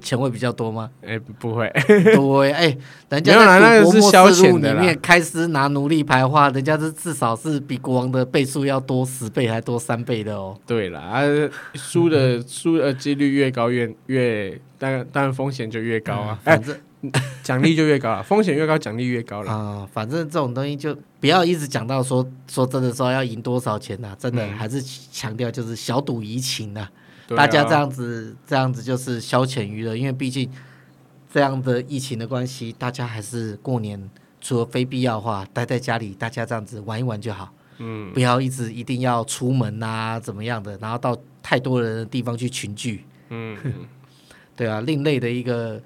B: 钱会比较多吗？
A: 哎，不会，
B: 对，哎、人家
A: 没有啦
B: 在
A: 那
B: 《
A: 个
B: 赌
A: 是
B: 博
A: 消
B: 末世录
A: 遣的
B: 里
A: 啦
B: 面开司拿奴隶牌的话，人家是至少是比国王的倍数要多十倍还多三倍的哦。
A: 对啦，啊，输
B: 嗯
A: 的输的几率越高越越，当然当然风险就越高啊，哎
B: 嗯反，正
A: 奖励就越 高啊，风险越高，奖励越高
B: 啊、
A: 了。
B: 反正这种东西就不要一直讲到说说真的说要赢多少钱呐、真的、
A: 嗯
B: 还是强调就是小赌怡情呐、
A: 对啊
B: 大家这样子这样子就是消遣娱乐，因为毕竟这样的疫情的关系，大家还是过年除了非必要的话，待在家里，大家这样子玩一玩就好。嗯，不要一直一定要出门啊，怎么样的，然后到太多人的地方去群聚。嗯， 对啊，另类的一个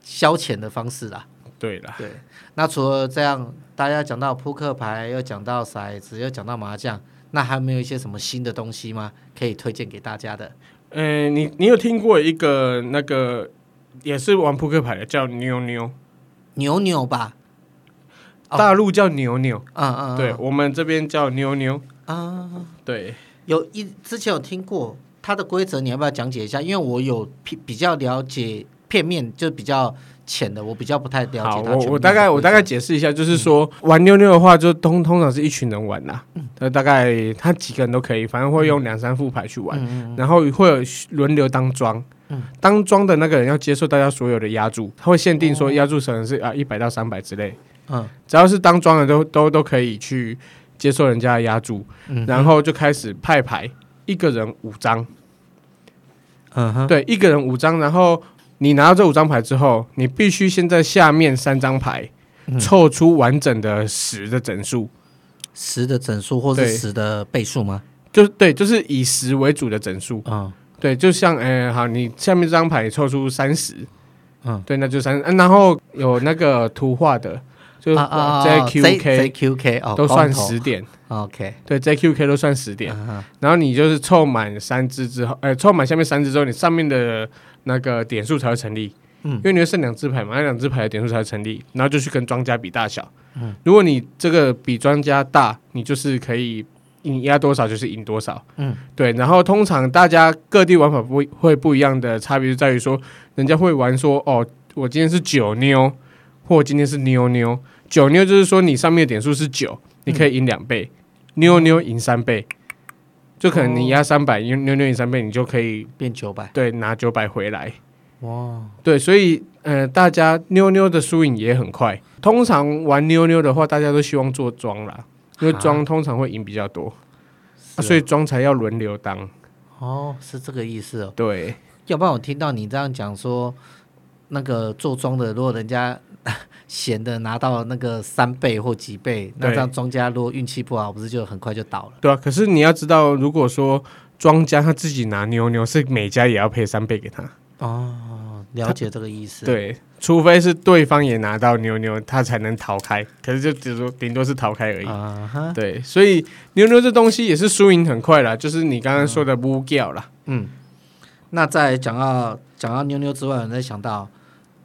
B: 消遣的方式啦。
A: 对啦，
B: 对，那除了这样，大家讲到扑克牌，又讲到骰子，又讲到麻将，那还有没有一些什么新的东西吗？可以推荐给大家的？
A: 嗯，你你有听过一个那个也是玩扑克牌的，叫妞妞，
B: 牛牛吧，哦
A: 大陆叫牛牛，
B: 嗯嗯，
A: 对我们这边叫妞妞，
B: 啊，
A: 对。
B: 有一之前有听过它的规则，你要不要讲解一下？因为我有比比较了解片面，就比较浅的，我比较不太了解它
A: 好，
B: 全面的
A: 我我大概我大概
B: 规则
A: 解释一下，就是说、
B: 嗯
A: 玩妞妞的话，就通通常是一群人玩啦，那、大
B: 嗯
A: 概他几个人都可以，反正会用两三副牌去玩，然后会有轮流当庄，
B: 嗯
A: 当庄的那个人要接受大家所有的押注，他会限
B: 哦
A: 定说押注可能是啊一百到三百之类，
B: 嗯，
A: 只要是当庄的都都都可以去接受人家的押注，
B: 嗯
A: 然后就开始派牌，一个人五张，
B: 嗯哼，
A: 对，一个人五张，然后你拿到这五张牌之后，你必须先在下面三张牌
B: 嗯
A: 凑出完整的十的整数，
B: 十的整数或是
A: 对
B: 十的倍数吗？
A: 就是对，就是以十为主的整数，
B: 嗯
A: 对，就像哎、好，你下面这张牌凑出三十，
B: 嗯，
A: 对，那就三、嗯然后有那个图画的，就
B: 啊啊啊
A: JQK
B: JQK 哦，
A: 都算
B: 光头
A: 十点，
B: ，OK，
A: 对，JQK 都算十点。
B: 嗯哼
A: 然后你就是凑满三只之后，哎，凑满下面三只之后，你上面的那个点数才会成立。
B: 嗯
A: 因为你会剩两只牌嘛，那两只牌的点数才会成立，然后就去跟庄家比大小。嗯，如果你这个比庄家大，你就是可以你压多少就是赢多少。
B: 嗯，
A: 对。然后通常大家各地玩法不会不一样的差别就在于说，人家会玩说哦，我今天是九妞，或我今天是妞妞。九妞就是说你上面的点数是九，你可以赢两倍；
B: 嗯
A: 妞妞赢三倍，就可能你
B: 哦
A: 压三百，妞妞赢三倍，你就可以
B: 变九百，
A: 对拿九百回来。
B: 哇，
A: 对，所以呃，大家妞妞的输赢也很快。通常玩妞妞的话，大家都希望做庄啦，因为庄通常会赢比较多，啊所以庄才要轮流当。
B: 哦，是这个意思哦。
A: 对，
B: 要不然我听到你这样讲说，那个做庄的，如果人家 闲的拿到那个三倍或几倍，那
A: 对
B: 这样庄家如果运气不好，不是就很快就倒了？
A: 对啊。可是你要知道，如果说庄家他自己拿妞妞，是每家也要配三倍给他。
B: 哦，了解这个意思。，
A: 对，除非是对方也拿到妞妞，他才能逃开。可是就只说顶多是逃开而已。
B: 啊哈，
A: 对，所以妞妞这东西也是输赢很快啦，就是你刚刚说的乌掉啦。
B: 嗯。那在讲到讲到妞妞之外，我在想到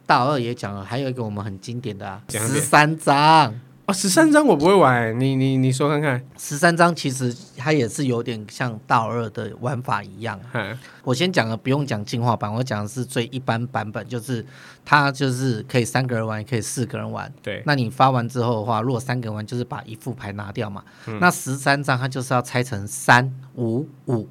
B: 大二也讲了，还有一个我们很经典的啊，
A: 讲一
B: 十
A: 遍
B: 三张。
A: 哦，十三张我不会玩，你你你说看看。
B: 十三张其实它也是有点像大二的玩法一样啊，
A: 哈
B: 我先讲的不用讲进化版，我讲的是最一般版本，就是它就是可以三个人玩，也可以四个人玩。
A: 对，
B: 那你发完之后的话，如果三个人玩，就是把一副牌拿掉嘛。
A: 嗯
B: 那十三张它就是要拆成三五五，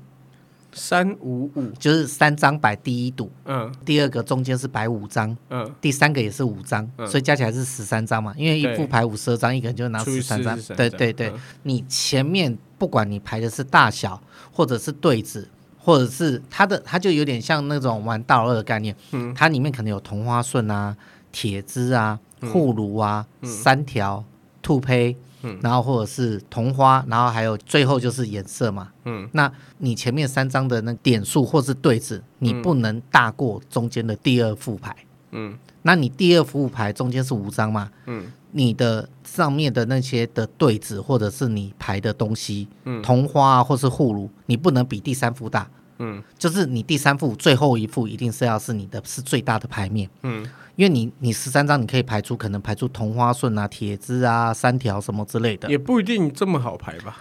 A: 三五五，
B: 就是三张摆第一赌，
A: 嗯
B: 第二个中间是摆五张，
A: 嗯，
B: 第三个也是五张，
A: 嗯
B: 所以加起来是十三张嘛。因为一副
A: 对
B: 牌五十二张，一个人就拿
A: 除以
B: 十三张
A: 4是。13
B: 对对对，
A: 嗯
B: 你前面不管你排的是大小，或者是对子，或者是它的，它就有点像那种玩大老二的概念。
A: 嗯
B: 它里面可能有同花顺啊、铁枝啊、护炉啊、三条、兔胚，
A: 嗯
B: 然后或者是同花，然后还有最后就是颜色嘛。
A: 嗯，
B: 那你前面三张的那点数或是对子，你不能大过中间的第二副牌。
A: 嗯，
B: 那你第二副牌中间是五张嘛？
A: 嗯，
B: 你的上面的那些的对子或者是你排的东西，嗯，同花啊或是护炉，你不能比第三副大。
A: 嗯，
B: 就是你第三副最后一副一定是要是你的是最大的牌面。
A: 嗯，
B: 因为你你十三张你可以排出可能排出同花顺啊、铁枝啊、三条什么之类的。
A: 也不一定这么好排吧？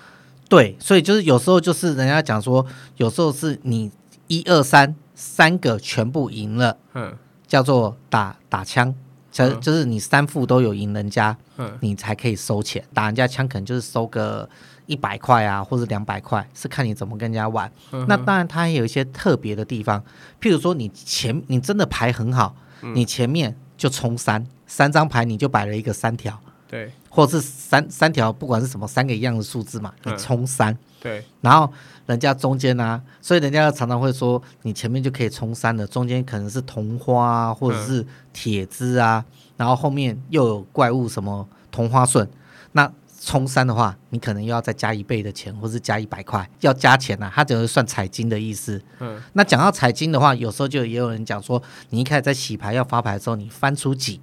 B: 对，所以就是有时候就是人家讲说，有时候是你一二三三个全部赢了，
A: 嗯
B: 叫做打打枪，就
A: 嗯
B: 就是你三副都有赢人家，
A: 嗯
B: 你才可以收钱。打人家枪可能就是收个一百块啊，或者两百块，是看你怎么跟人家玩。
A: 嗯
B: 那当然，它也有一些特别的地方，譬如说你前你真的牌很好，
A: 嗯
B: 你前面就冲三，三张牌你就摆了一个三条，
A: 对
B: 或是三三条，不管是什么三个一样的数字嘛，你
A: 嗯
B: 冲三。
A: 对，
B: 然后人家中间啊，所以人家常常会说，你前面就可以冲三了，中间可能是同花啊，或者
A: 嗯
B: 是铁枝啊，然后后面又有怪物什么同花顺，那冲三的话，你可能又要再加一倍的钱，或是加一百块，要加钱啊，它只是算彩金的意思。
A: 嗯
B: 那讲到彩金的话，有时候就也有人讲说，你一开始在洗牌要发牌的时候，你翻出几，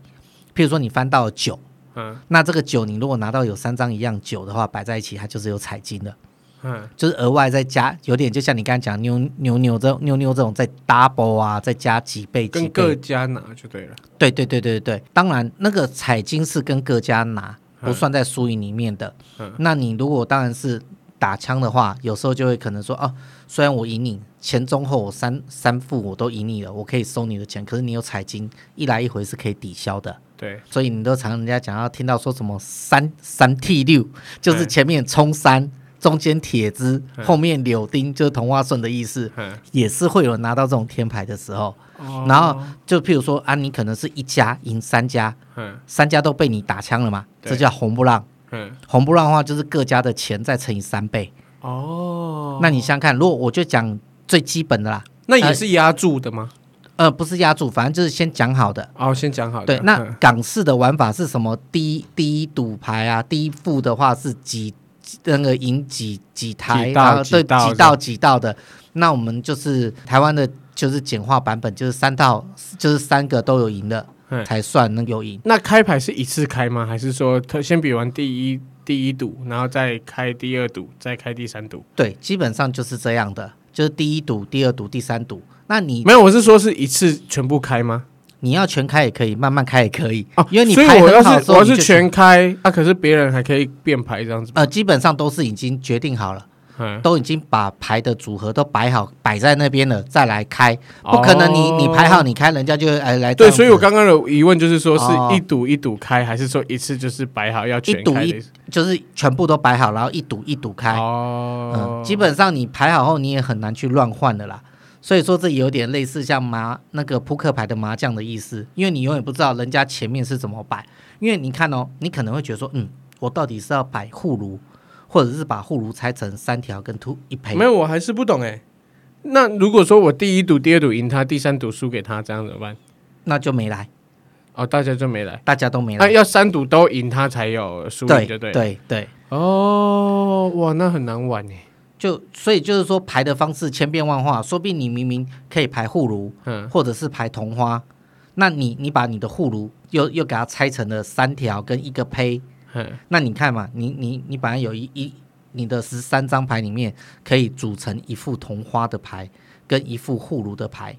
B: 譬如说你翻到了九，
A: 嗯
B: 那这个九你如果拿到有三张一样九的话，摆在一起它就是有彩金的。
A: 嗯
B: 就是额外再加，有点就像你刚才讲妞妞妞这妞妞这种再 double 啊，再加几倍几
A: 跟各
B: 倍，
A: 家拿就对了。
B: 对对对对对。当然，那个彩金是跟各家拿，不算在输赢里面的。
A: 嗯
B: 那你如果当然是打枪的话，有时候就会可能说哦，虽然我赢你前中后我三三副我都赢你了，我可以收你的钱，可是你有彩金，一来一回是可以抵消的。
A: 对，
B: 所以你都常人家讲要听到说什么三三 T 六，就是前面冲三、中间铁枝，后面柳丁，就是同花顺的意思，
A: 嗯，
B: 也是会有人拿到这种天牌的时候。
A: 哦
B: 然后就譬如说啊，你可能是一家赢三家，
A: 嗯
B: 三家都被你打枪了嘛，
A: 对
B: 这叫红不让。
A: 嗯，
B: 红不让的话，就是各家的钱再乘以三倍。
A: 哦，
B: 那你想想看，如果我就讲最基本的啦，
A: 那也是压住的吗？
B: 呃，不是压住，反正就是先讲好的。
A: 哦，先讲好的。
B: 对， 那
A: 嗯
B: 港式的玩法是什么？第一第一赌牌啊，第一副的话是几几那个赢几几台，
A: 几道
B: 然后
A: 几
B: 对
A: 道
B: 几道几道的。那我们就是台湾的，就是简化版本，就是三道，就是三个都有赢的
A: 嗯
B: 才算能有赢。
A: 那开牌是一次开吗？还是说他先比完第一第一赌，然后再开第二赌，再开第三赌？
B: 对，基本上就是这样的，就是第一赌、第二赌、第三赌。那你
A: 没有，我是说是一次全部开吗？
B: 你要全开也可以，慢慢开也可以，
A: 哦，
B: 因为你
A: 所以
B: 牌
A: 我要
B: 很好的
A: 是
B: 时
A: 我
B: 候
A: 要
B: 你就是
A: 全开，啊那、可是别人还可以变牌这样子。
B: 呃，基本上都是已经决定好了。
A: 嗯，
B: 都已经把牌的组合都摆好，摆在那边了，再来开，不可能你、
A: 哦
B: 你排好你开，人家就哎来这
A: 对，
B: 样子
A: 所以我刚刚的疑问就是说，
B: 哦
A: 是一赌一赌开，还是说一次就是摆好要全
B: 一赌
A: 开的
B: 一
A: 意思？
B: 就是全部都摆好，然后一赌一赌开，
A: 哦
B: 嗯，，基本上你排好后你也很难去乱换的啦。所以说这有点类似像麻那个扑克牌的麻将的意思，因为你永远不知道人家前面是怎么摆，因为你看哦，你可能会觉得说，嗯，我到底是要摆护炉，或者是把护炉拆成三条跟突一赔
A: 没，有，我还是不懂哎。那如果说我第一赌、第二赌赢他，第三赌输给他，这样怎么办？
B: 那就没来，
A: 哦，大家就没来。
B: 大家都没
A: 那
B: 来，
A: 要三赌都赢他才有输赢，就对。
B: 对。对对
A: 哦，哇，那很难玩哎。
B: 就所以就是说排的方式千变万化，说不定你明明可以排护炉，
A: 嗯，
B: 或者是排同花，那你你把你的护炉又又给它拆成了三条跟一个胚，
A: 嗯
B: 那你看嘛，你你你本来有一一你的十三张牌里面可以组成一副同花的牌跟一副护炉的牌，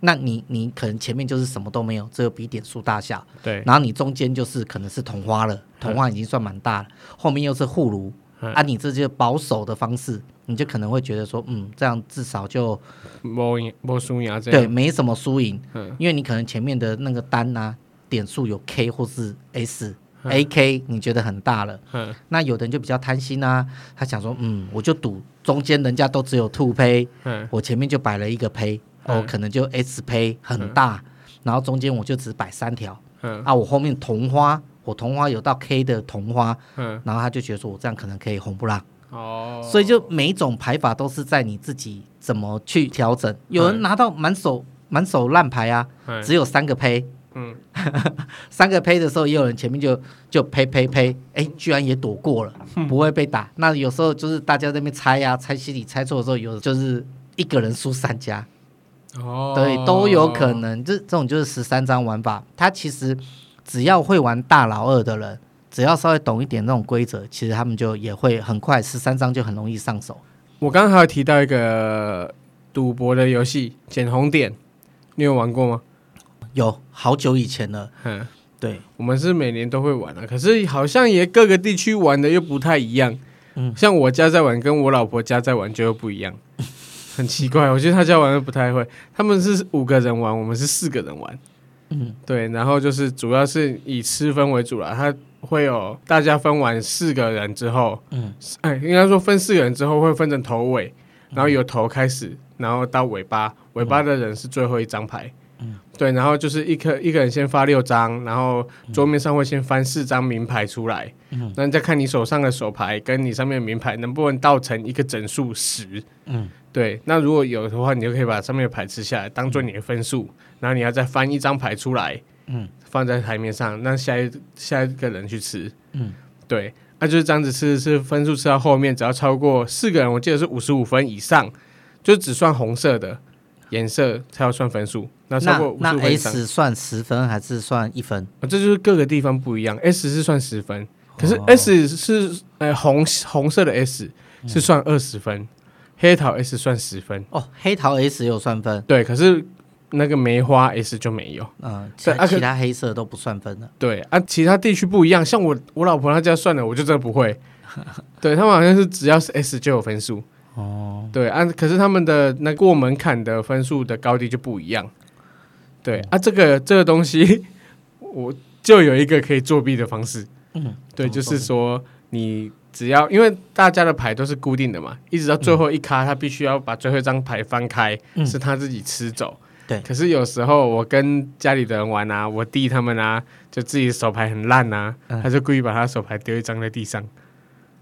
B: 那你你可能前面就是什么都没有，只有比点数大小，
A: 对。
B: 然后你中间就是可能是同花了，同花已经算蛮大了，后面又是护炉，
A: 嗯
B: 啊，你这就是保守的方式，你就可能会觉得说，嗯，这样至少就
A: 摸赢摸输赢啊这
B: 对
A: 样。
B: 没什么输赢，
A: 嗯
B: 因为你可能前面的那个单啊点数有 K 或是 S。A K 你觉得很大了，
A: 嗯
B: 那有的人就比较贪心啊，他想说，嗯，我就赌中间人家都只有 two 胚，
A: 嗯
B: 我前面就摆了一个胚，我
A: 嗯
B: 可能就 S 胚很大，然后中间我就只摆三条，
A: 嗯
B: 啊，我后面同花，我同花有到 K 的同花，
A: 嗯，
B: 然后他就觉得说我这样可能可以红不让，
A: 哦，
B: 所以就每一种排法都是在你自己怎么去调整。有人拿到满手满手烂牌啊，
A: 嗯
B: 只有三个胚，
A: 嗯，
B: 三个胚的时候，也有人前面就就胚胚胚，哎，居然也躲过了，不会被打。那有时候就是大家在那边猜呀、猜心里猜错的时候，有就是一个人输三家，
A: 哦，
B: 对，都有可。能。这这种就是十三张玩法，它其实只要会玩大老二的人，只要稍微懂一点那种规则，其实他们就也会很快十三张就很容易上手。
A: 我刚刚还有提到一个赌博的游戏捡红点，你有玩过吗？
B: 有好久以前了，
A: 嗯，
B: 对，
A: 我们是每年都会玩啊，可是好像也各个地区玩的又不太一样。
B: 嗯
A: 像我家在玩，跟我老婆家在玩就又不一样， 很奇怪。我觉得他家玩的不太会，他们是五个人玩，我们是四个人玩。
B: 嗯，
A: 对，然后就是主要是以吃分为主啦，它会有大家分完四个人之后，
B: 嗯，
A: 哎，应该说分四个人之后会分成头尾，然后由头开始，然后到尾巴，尾巴的人是最后一张牌。
B: 嗯，
A: 对，然后就是一个一个人先发六张，然后桌面上会先翻四张名牌出来，
B: 嗯，
A: 那你再看你手上的手牌跟你上面的名牌能不能倒成一个整数十。
B: 嗯，
A: 对，那如果有的话，你就可以把上面的牌吃下来，当做你的分数，然后你要再翻一张牌出来，
B: 嗯，
A: 放在台面上，让下一下一个人去吃，
B: 嗯，
A: 对，那、就是这样子吃，是分数吃到后面，只要超过四个人，我记得是五十五分以上，就只算红色的颜色才要算分数，那超
B: 那
A: 过五十
B: 那
A: 五分以上、
B: S 算十分还是算一分？
A: 啊这就是各个地方不一样，S 是算十分，可是
B: 哦
A: S 是呃红红色的 S 是算二十分，黑桃 S 算十分。
B: 哦，黑桃 S 有算分，
A: 对，可是那个梅花 S 就没有。
B: 嗯、其
A: 对
B: 他
A: 啊可
B: 其他黑色都不算分的。
A: 对啊，其他地区不一样，像我我老婆她家算了，我就真的不 会。对他们好像是只要是 S 就有分数。
B: 哦，
A: 对啊，可是他们的那过门槛的分数的高低就不一样。对啊，这个这个东西， 我就有一个可以作弊的方式。
B: 嗯，
A: 对，
B: 怎
A: 就
B: 么说
A: 是
B: 呢
A: 说你只要因为大家的牌都是固定的嘛，一直到最后一卡，他必须要把最后一张牌翻开，
B: 嗯
A: 是他自己吃走。
B: 对
A: 可是有时候我跟家里的人玩啊，我弟他们啊，就自己手牌很烂啊，
B: 嗯
A: 他就故意把他手牌丢一张在地上。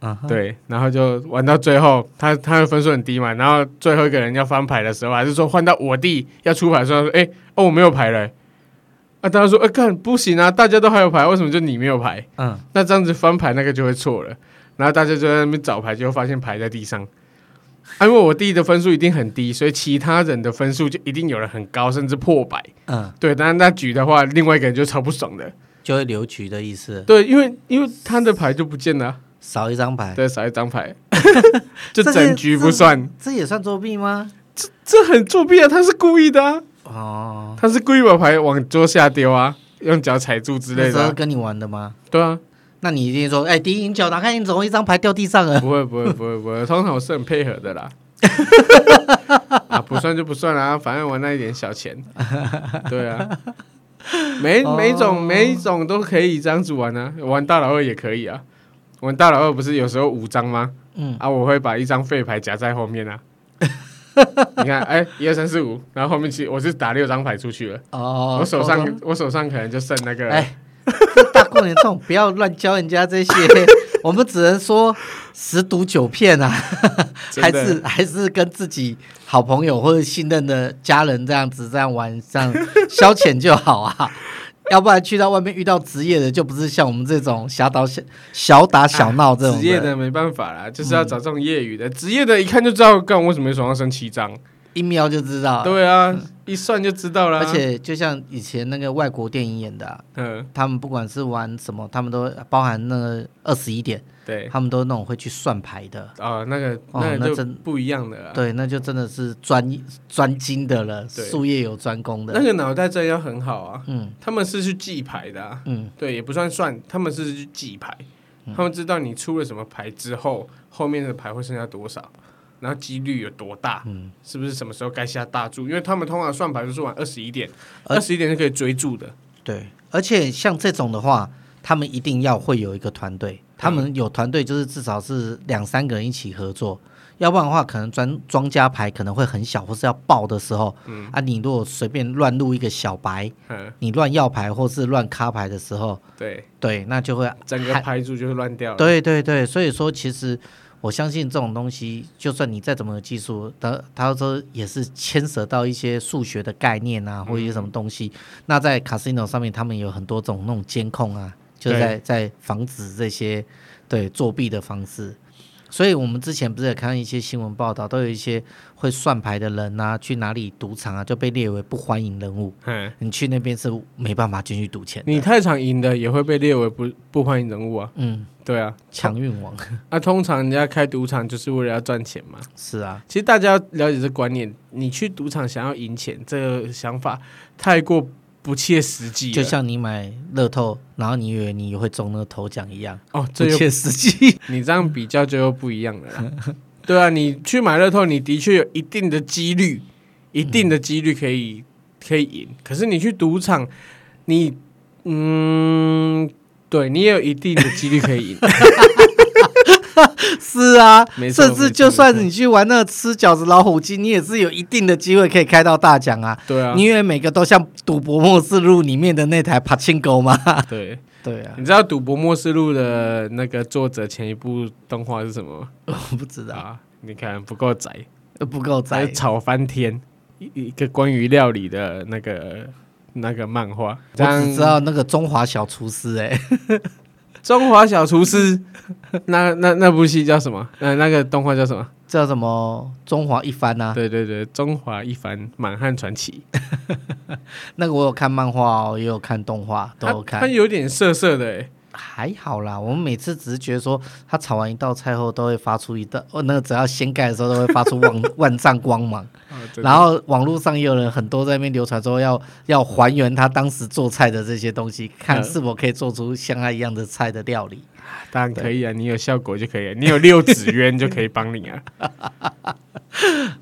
B: 啊哈，
A: 对，然后就玩到最后，他他的分数很低嘛，然后最后一个人要翻牌的时候，还是说换到我弟要出牌的时候，他说：“哎、哦，我没有牌了、啊，大家说：“哎、看不行啊，大家都还有牌，为什么就你没有牌
B: 嗯，？”
A: 那这样子翻牌那个就会错了，然后大家就在那边找牌，就发现牌在地上。啊因为我弟的分数一定很低，所以其他人的分数就一定有人很高，甚至破百。
B: 嗯，
A: 对，但是那局的话，另外一个人就超不爽的。
B: 就会留局的意思，
A: 对，因为因为他的牌就不见了啊。
B: 少一张牌，
A: 对，少一张 牌，就
B: 哎这
A: 整
B: 是
A: 局不算，
B: 这也算作弊吗？
A: 这很作弊啊！他是故意的啊，
B: 哦，
A: 他是故意把牌往桌下丢啊，用脚踩住之
B: 那
A: 类
B: 时
A: 的
B: 候
A: 啊、
B: 跟你玩的吗？
A: 对啊，
B: 那你一定说，哎，第一赢球，打开你总共一张牌掉地上 了。
A: 不会不会不会不会，通常我是很配合 的啦。啊，不算就不算啦、反正玩那一点小 钱。对啊，每
B: 哦
A: 每种每一种都可以这样子玩啊，玩大老二也可以啊。玩大老二不是有时候五张吗？
B: 嗯，
A: 啊，我会把一张废牌夹在后 面啊。你看，哎、一二三四五，然后后面其实我是打六张牌出去了，
B: 哦，
A: 我手上
B: 扣分
A: 我手上可能就剩那个，
B: 哎， 这大过年这种不要乱教人家 这些，我们只能说十赌九骗啊，
A: 真
B: 还
A: 的
B: 是还是跟自己好朋友或者信任的家人这样子这样玩，这样消遣就好啊。要不然去到外面遇到职业的，就不是像我们这种小打小小打小闹这种
A: 啊
B: 嗯
A: 职业的没办法啦，就是要找这种业余的，职、业的一看就知道，干我为什么手上剩七张？
B: 一瞄就知道。
A: 对啊，一算就知道啦。
B: 嗯而，且就像以前那个外国电影演的啊、
A: 嗯，
B: 他们不管是玩什么，他们都包含那个二十一点，
A: 对，
B: 他们都那种会去算牌的。
A: 哦，那个
B: 哦
A: 那
B: 那
A: 个就
B: 真
A: 不一样的啦。
B: 对，那就真的是专专精的了，
A: 啊对
B: 术业有专攻
A: 那
B: 的。
A: 个脑袋真的要很好啊，
B: 嗯
A: 他们是去记牌的、啊，
B: 嗯，
A: 对，也不算算，他们是去记牌，他们知道你出了什么牌之后，后面的牌会剩下多少，然后几率有多大，
B: 嗯
A: 是不是什么时候该下大注？因为他们通常算牌就是玩二十一点，
B: 而
A: 二十一点是可以追注的，
B: 对。而且像这种的话，他们一定要会有一个团
A: 嗯
B: 队，他们有团队就是至少是两三个人一起合作，要不然的话，可能庄庄家牌可能会很小，或是要爆的时候，啊，你如果随便乱入一个小白，
A: 嗯，
B: 你乱要牌或是乱卡牌的时候，
A: 对，
B: 对，那就会
A: 整个
B: 害
A: 牌注就是乱掉了，
B: 对对对，所以说其实我相信这种东西，就算你再怎么有技术，它它说也是牵涉到一些数学的概念啊，或者一
A: 嗯
B: 些什么东西。那在 casino 上面，他们有很多种那种监控啊，就
A: 对
B: 在在防止这些对作弊的方式。所以我们之前不是也看到一些新闻报道，都有一些会算牌的人啊，去哪里赌场啊就被列为不欢迎人物，
A: 嗯，
B: 你去那边是没办法进去赌钱的。
A: 你太常赢的也会被列为不不欢迎人物啊，
B: 嗯，
A: 对啊，
B: 强运王
A: 啊，通常人家开赌场就是为了要赚钱嘛，
B: 是啊，
A: 其实大家要了解这观念，你去赌场想要赢钱，这个想法太过不切实际了。
B: 就像你买乐透，然后你以为你会中那个头奖一样，
A: 哦，
B: 不
A: 这又
B: 切实际。
A: 你这样比较就又不一样了啦。对啊，你去买乐透，你的确有一定的几率，一定的几率可以、可以赢。可是你去赌场，你嗯，对你也有一定的几率可以 赢。
B: 是啊，
A: 没错
B: 甚至就算你去玩那个吃饺子老虎机，你也是有一定的机会可以开到大奖啊。
A: 对啊
B: 你，以为每个都像《赌博末世录》里面的那台帕庆狗吗？
A: 对，
B: 对啊，
A: 你知道《赌博默示录》的那个作者前一部动画是什么吗
B: 我不知道，
A: 啊？你看不够宅。
B: 不够
A: 还
B: 宅。
A: 吵翻天，一一个关于料理的那个那个漫画。
B: 我只知
A: 像
B: 道那个中华小厨师、哎，
A: 中华小厨师》 那那那部戏叫什么？那那个动画叫什么？
B: 叫什么中华一番啊？
A: 对对对，《中华一番满汉传奇》
B: 那个我有看漫画哦，也有看动画，都
A: 它
B: 有看
A: 它。有点涩涩的欸，
B: 还好啦，我们每次只是觉得说，他炒完一道菜后都会发出一道，哦，那个只要掀盖的时候都会发出万 万丈光 芒。
A: 啊真的
B: 然后网络上也有人很多在那边流传说要要还原他当时做菜的这些东西，看
A: 嗯
B: 是否可以做出像他一样的菜的料理。
A: 当然可以啊，你有效果就可以了，你有六子渊就可以帮 你啊。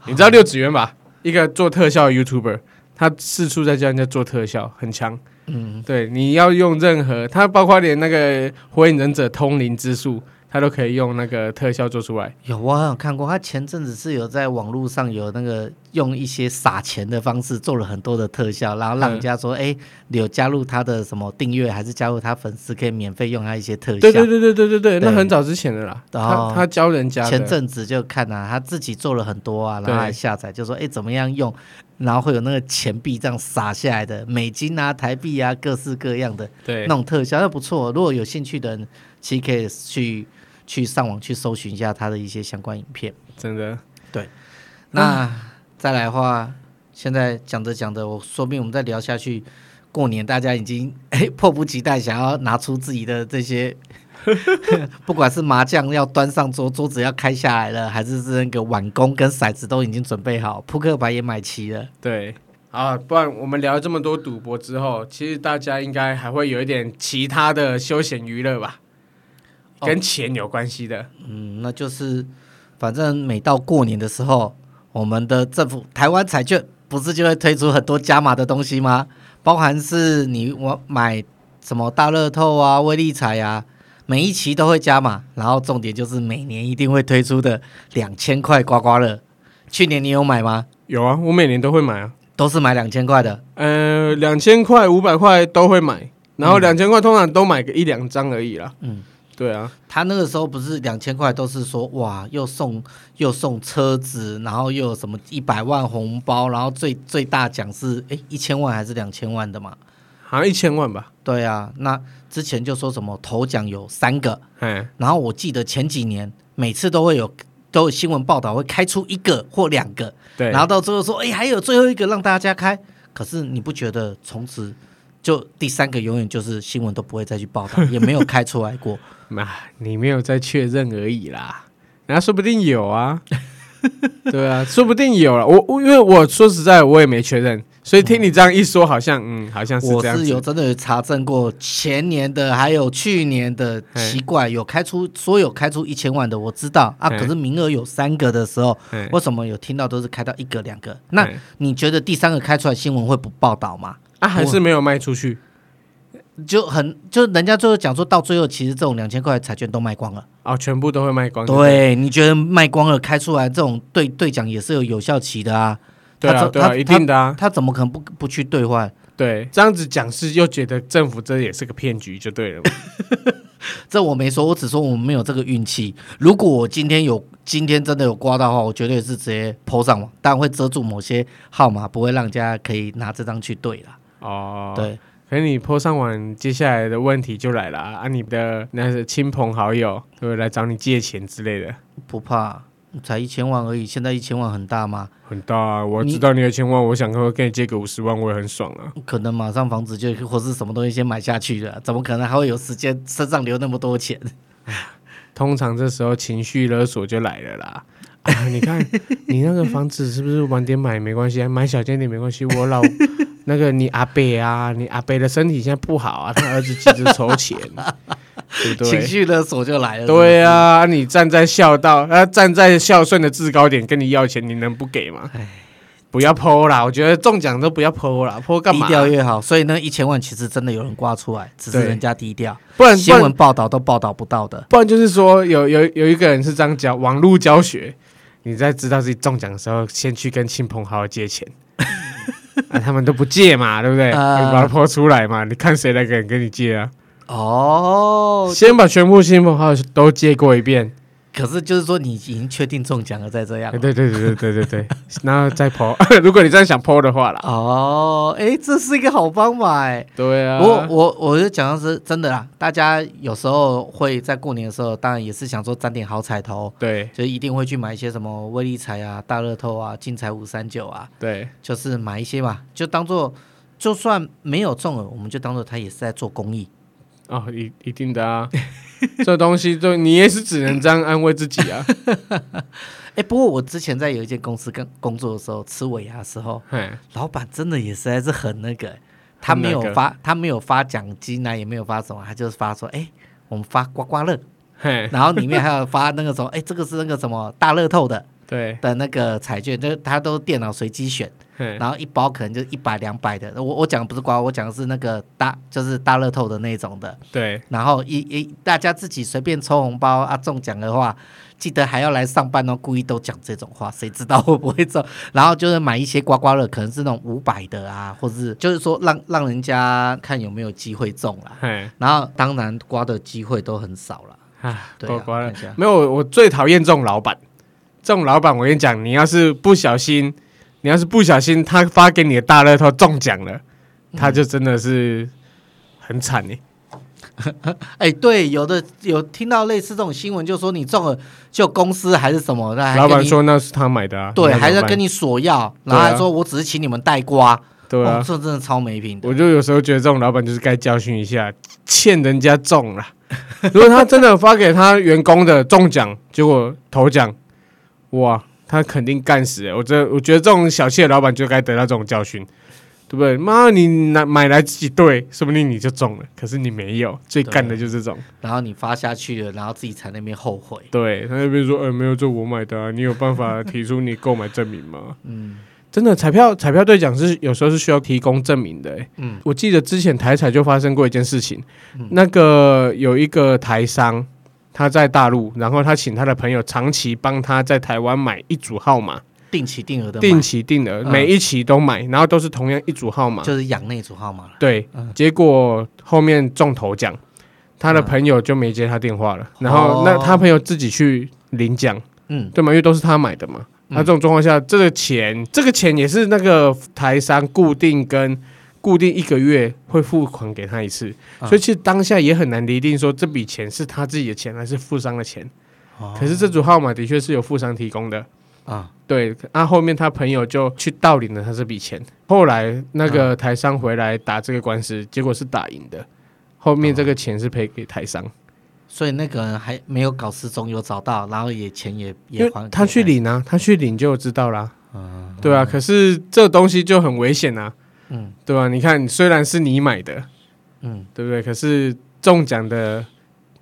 A: 你知道六子渊吧？一个做特效的 YouTuber，他四处在教人家做特效，很强。嗯，对，你要用任何，他包括连那个《火影忍者》通灵之术，他都可以用那个特效做出来。
B: 有我好像有看过，他前阵子是有在网络上有那个用一些撒钱的方式做了很多的特效，然后让人家说，哎、你有加入他的什么订阅，还是加入他粉丝可以免费用他一些特效。
A: 对对对对对对对，
B: 对
A: 那很早之前的啦，
B: 哦
A: 他他教人家的
B: 前阵子就看啊，他自己做了很多啊，然
A: 对
B: 后还下载，就说哎、诶怎么样用，然后会有那个钱币这样撒下来的，美金啊、台币啊，各式各样的
A: 对
B: 那种特效，那不错。如果有兴趣的人，其实可以去去上网去搜寻一下他的一些相关影片。
A: 真的
B: 那、再来的话，现在讲着讲着，我说不定我们再聊下去，过年大家已经 哎、迫不及待想要拿出自己的这些， 不管是麻将要端上桌，桌子要开下来了，还是是那个碗弓跟骰子都已经准备好，扑克牌也买齐了。
A: 对。啊，不然我们聊了这么多赌博之后，其实大家应该还会有一点其他的休闲娱乐吧，
B: 哦
A: 跟钱有关系的。
B: 嗯，那就是反正每到过年的时候，我们的政府台湾彩券不是就会推出很多加码的东西吗？包含是你我买什么大乐透啊、威力彩啊，每一期都会加码。然后重点就是每年一定会推出的两千块刮刮乐。去年你有买吗？
A: 有啊，我每年都会买啊，
B: 都是买两千块的。
A: 呃，两千块、五百块都会买，然后两千块通常都买个一两张而已啦。
B: 嗯
A: 嗯，对啊，
B: 他那个时候不是两千块，都是说哇，又送又送车子，然后又有什么一百万红包，然后最最大奖是哎一千万还是两千万的嘛？
A: 好像一千万吧。
B: 对啊，那之前就说什么头奖有三个，
A: 哎，
B: 然后我记得前几年每次都会有都有新闻报道会开出一个或两个，
A: 对，
B: 然后到最后说哎还有最后一个让大家开，可是你不觉得从此就第三个永远就是新闻都不会再去报道，也没有开出来过。
A: 那、啊你没有在确认而已啦，人家说不定有 啊，对啊，说不定有了。我我因为我说实在，我也没确认，所以听你这样一说，好像嗯，好像是
B: 我
A: 这样
B: 是有
A: 子。
B: 真的有查证过前年的，还有去年的，
A: 嘿
B: 奇怪有开出所有开出一千万的，我知道啊，
A: 嘿
B: 可是名额有三个的时候，
A: 嘿
B: 为什么有听到都是开到一个两个？那
A: 嘿
B: 你觉得第三个开出来新闻会不报道吗？
A: 啊，还是没有卖出去
B: 就很就人家最后讲说到最后，其实这种两千块的彩券都卖光了。
A: 哦，全部都会卖光。
B: 对，你觉得卖光了开出来这种兑兑奖也是有有效期的啊？
A: 对
B: 他
A: 啊，
B: 怎
A: 对啊，
B: 他
A: 一定的啊。
B: 他怎么可能不不去兑换？
A: 对，这样子讲是又觉得政府这也是个骗局，就对 了嘛。
B: 这我没说，我只说我们没有这个运气。如果我今天有，今天真的有刮到的话，我绝对是直接抛上网，当然会遮住某些号码，不会让人家可以拿这张去对啦。
A: 哦，
B: 对，
A: 可是你泼上网，接下来的问题就来了啊！啊你的那是亲朋好友对不对来找你借钱之类的，
B: 不怕，才一千万而已，现在一千万很大吗？
A: 很大、啊。我
B: 你
A: 知道你有千万，我想跟跟你借个五十万，我也很爽啊。
B: 可能马上房子就或是什么东西先买下去了，怎么可能还会有时间身上留那么多钱？
A: 通常这时候情绪勒索就来了啦。啊、你看， 你那个房子是不是晚点买没关系，买小间点没关系？我 老那个你阿伯啊，你阿伯的身体现在不好啊，他儿子急着筹钱，对不对？
B: 情绪勒索就来了。
A: 对啊，你站在孝道，呃，站在孝顺的制高点跟你要钱，你能不给吗？不要剖啦，我觉得中奖都不要剖啦，剖
B: 是
A: 干
B: 不是，
A: 嘛啊
B: 低？调越好。所以那一千万其实真的有人刮出来，只是
A: 对
B: 人家低调，
A: 不然不
B: 新闻
A: 然
B: 报道都报道不到的。
A: 不然就是说，有有有一个人是这样教网络教学，你在知道自己中奖的时候，先去跟亲朋好友借钱。啊，他们都不借嘛，对不对？
B: 啊
A: 你把它剖出来嘛，你看谁来敢跟你借啊？
B: 哦，
A: 先把全部亲朋好友都借过一遍，
B: 可是就是说你已经确定中奖了，再这样
A: 哎。对对对对对对 对，然后再剖。 如果你这样想剖的话啦，
B: 哦，哎，这是一个好方法哎。
A: 对啊，
B: 我我我就讲的是真的啦，大家有时候会在过年的时候，当然也是想说沾点好彩头，
A: 对
B: 就一定会去买一些什么威力彩啊、大乐透啊、金彩五三九啊，
A: 对
B: 就是买一些嘛，就当做就算没有中了，我们就当做他也是在做公益。
A: 哦，一一定的啊，这东西就你也是只能这样安慰自己啊。
B: 哎，不过我之前在有一间公司跟工作的时候，吃尾牙的时候，
A: 嘿
B: 老板真的也实在是很那个欸，他没有
A: 很那个
B: 发，他没有发奖金啊，也没有发什么，他就是发说，哎、我们发 刮刮乐，
A: 嘿，
B: 然后里面还有发那个什么，哎、这个是那个什么大乐透的
A: 对
B: 的那个彩券，就是他都电脑随机选，
A: 嘿
B: 然后一包可能就一百两百的。我我讲的不是刮，我讲的是那个大就是大乐透的那种的。
A: 对，
B: 然后一一大家自己随便抽红包啊，中奖的话，记得还要来上班哦。故意都讲这种话，谁知道会不会中？ 然后就是买一些刮刮乐，可能是那种五百的啊，或是就是说让让人家看有没有机会中啦。
A: 嘿，
B: 然后当然刮的机会都很少啦。
A: 啊，
B: 对啊
A: 刮刮乐
B: 看一下
A: 没有，我我最讨厌这种老板。这种老板，我跟你讲，你要是不小心，你要是不小心，他发给你的大乐透中奖了，他就真的是很惨欸呢。
B: 哎，对，有的有听到类似这种新闻，就说你中了，就公司还是什么，那还
A: 老板
B: 跟你
A: 说那是他买的啊，
B: 对，还是要
A: 在
B: 跟
A: 你
B: 你索要，然后
A: 对啊
B: 还说我只是请你们代刮，
A: 对
B: 哦
A: 啊。
B: 这真的超没品的。
A: 我就有时候觉得这种老板就是该教训一下，欠人家中了。 如果他真的发给他员工的中奖，结果头奖，哇，他肯定干死了。我这我觉得这种小气的老板就该得到这种教训，对不对？妈，你拿买来自己对，说不定你就中了，可是你没有。最干的就是这种，
B: 然后你发下去了，然后自己才那边后悔。
A: 对他那边说，呃，没有，这我买的、啊，你有办法提出你购买证明 吗？嗯。真的，彩票彩票兑奖是有时候是需要提供证明的、欸。
B: 嗯
A: 我记得之前台彩就发生过一件事情，那个有一个台商，他在大陆，然后他请他的朋友长期帮他在台湾买一组号码，
B: 定期定额的买
A: 定期定额，
B: 嗯
A: 每一期都买，然后都是同样一组号码。
B: 就是养那组号码了。
A: 对，结果后面中头奖，他的
B: 嗯
A: 朋友就没接他电话了，然
B: 哦
A: 后那他朋友自己去领奖，
B: 嗯，
A: 对嘛，因为都是他买的嘛。那、这种状况下，这个钱，这个钱也是那个台商固定跟固定一个月会付款给他一次，
B: 嗯
A: 所以其实当下也很难厘定说这笔钱是他自己的钱还是富商的钱。
B: 哦
A: 可是这组号码的确是由富商提供的，
B: 啊，
A: 对。那、后面他朋友就去盗领了他这笔钱，后来那个台商回来打这个官司，结果是打赢的，后面这个钱是赔给台商，
B: 所以那个人还没有搞失踪，有找到，然后也钱也
A: 因
B: 也
A: 为
B: 还给
A: 他去领啊，他去领就知道啦。对啊，可是这东西就很危险啊，
B: 嗯
A: 对吧、你看，虽然是你买的，
B: 嗯，
A: 对不对？可是中奖的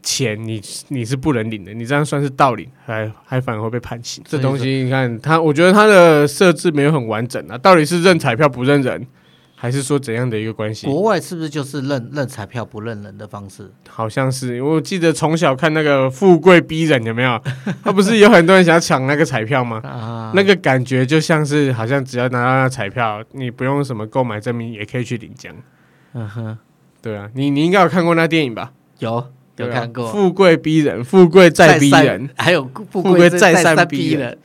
A: 钱你你是不能领的，你这样算是盗领，还还反而会被判刑。这
B: 所以
A: 东西你看，它我觉得它的设置没有很完整啊，到底是认彩票不认人，还是说怎样的一个关系？
B: 国外是不是就是认认彩票不认人的方式？
A: 好像是我记得从小看那个《富贵逼人》，有没 有？他不是有很多人想要抢那个彩票吗？
B: 啊，
A: 那个感觉就像是，好像只要拿到那彩票，你不用什么购买证明也可以去领奖。
B: 嗯哼，
A: 对啊，你你应该有看过那电影吧？
B: 有有
A: 对啊
B: 看过。
A: 富贵逼人，富贵再逼人，
B: 善，还有富
A: 贵
B: 再
A: 再
B: 善
A: 善
B: 逼
A: 逼
B: 人，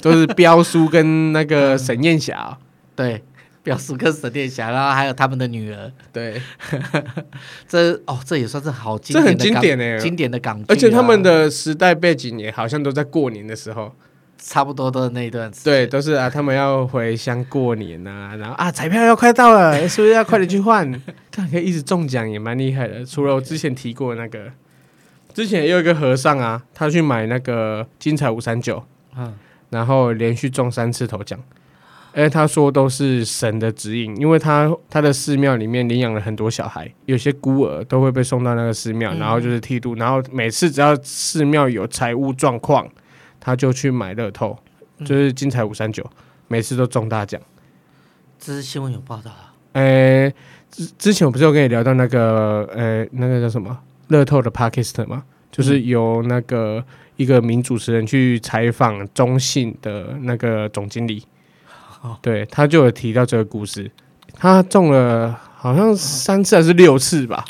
A: 都是彪叔跟那个沈燕霞 哦、
B: 对，表叔跟沈殿霞，然后还有他们的女儿，
A: 对，
B: 这哦，这也算是好经
A: 这
B: 典
A: 很
B: 的港，
A: 经典欸
B: 经典的港剧啊，
A: 而且他们的时代背景也好像都在过年的时候，
B: 差不多都是那一段，
A: 对，，都是啊，他们要回乡过年啊，然后啊，彩票要快到了， 是不是要快点去 换？看可以一直中奖也蛮厉害的。除了我之前提过那个，之前也有一个和尚啊，他去买那个金彩五三九，
B: 嗯
A: 然后连续中三次头奖。哎，他说都是神的指引，因为他他的寺庙里面领养了很多小孩，有些孤儿都会被送到那个寺庙，
B: 嗯
A: 然后就是剃度，然后每次只要寺庙有财务状况，他就去买乐透，就是金彩五三九，每次都中大奖。
B: 这是新闻有报道啊，
A: 呃，之之前我不是有跟你聊到那个呃那个叫什么乐透的 p a k i s t 吗？就是由那个一个名主持人去采访中信的那个总经理，对，他就有提到这个故事，他中了好像三次还是六次吧，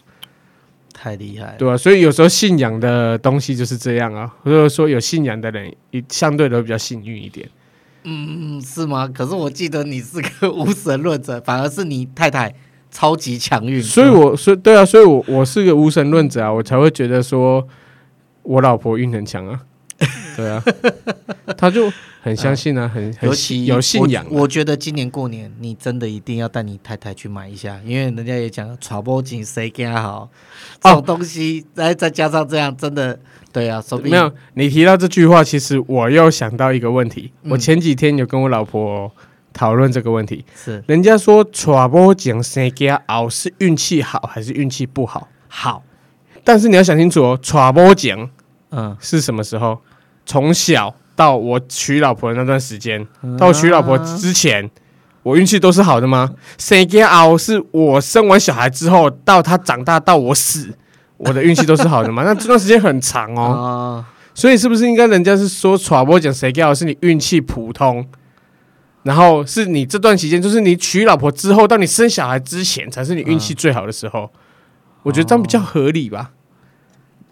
B: 太厉害了，
A: 对吧、所以有时候信仰的东西就是这样啊，或者说有信仰的人，一相对都比较幸运一点。
B: 嗯，是吗？可是我记得你是个无神论者，反而是你太太超级强运，
A: 所以我，所以对啊，所以我我是个无神论者啊，我才会觉得说我老婆运很强 啊，对啊，她就很相信啊，很很
B: 尤
A: 信
B: 其
A: 有信仰啊、
B: 我。我觉得今年过年你真的一定要带你太太去买一下，因为人家也讲传播紧谁更好，
A: 哦
B: 这种东西，再、再加上这样，真的对啊，说不定
A: 没有，你提到这句话，其实我又想到一个问题。
B: 嗯
A: 我前几天有跟我老婆讨论这个问题，
B: 是
A: 人家说“传播讲生家熬”是运气好还是运气不好？
B: 好，
A: 但是你要想清楚哦，“传播讲
B: 嗯，
A: 是什么时候？从小到我娶老婆的那段时间，到我娶老婆之前，我运气都是好的吗？谁给熬是我生完小孩之后到他长大到我死，我的运气都是好的吗？那这段时间很长哦。
B: 哦，
A: 所以是不是应该人家是说传播讲谁叫是你运气普通，然后是你这段期间，就是你娶老婆之后到你生小孩之前，才是你运气最好的时候。我觉得这样比较合理吧。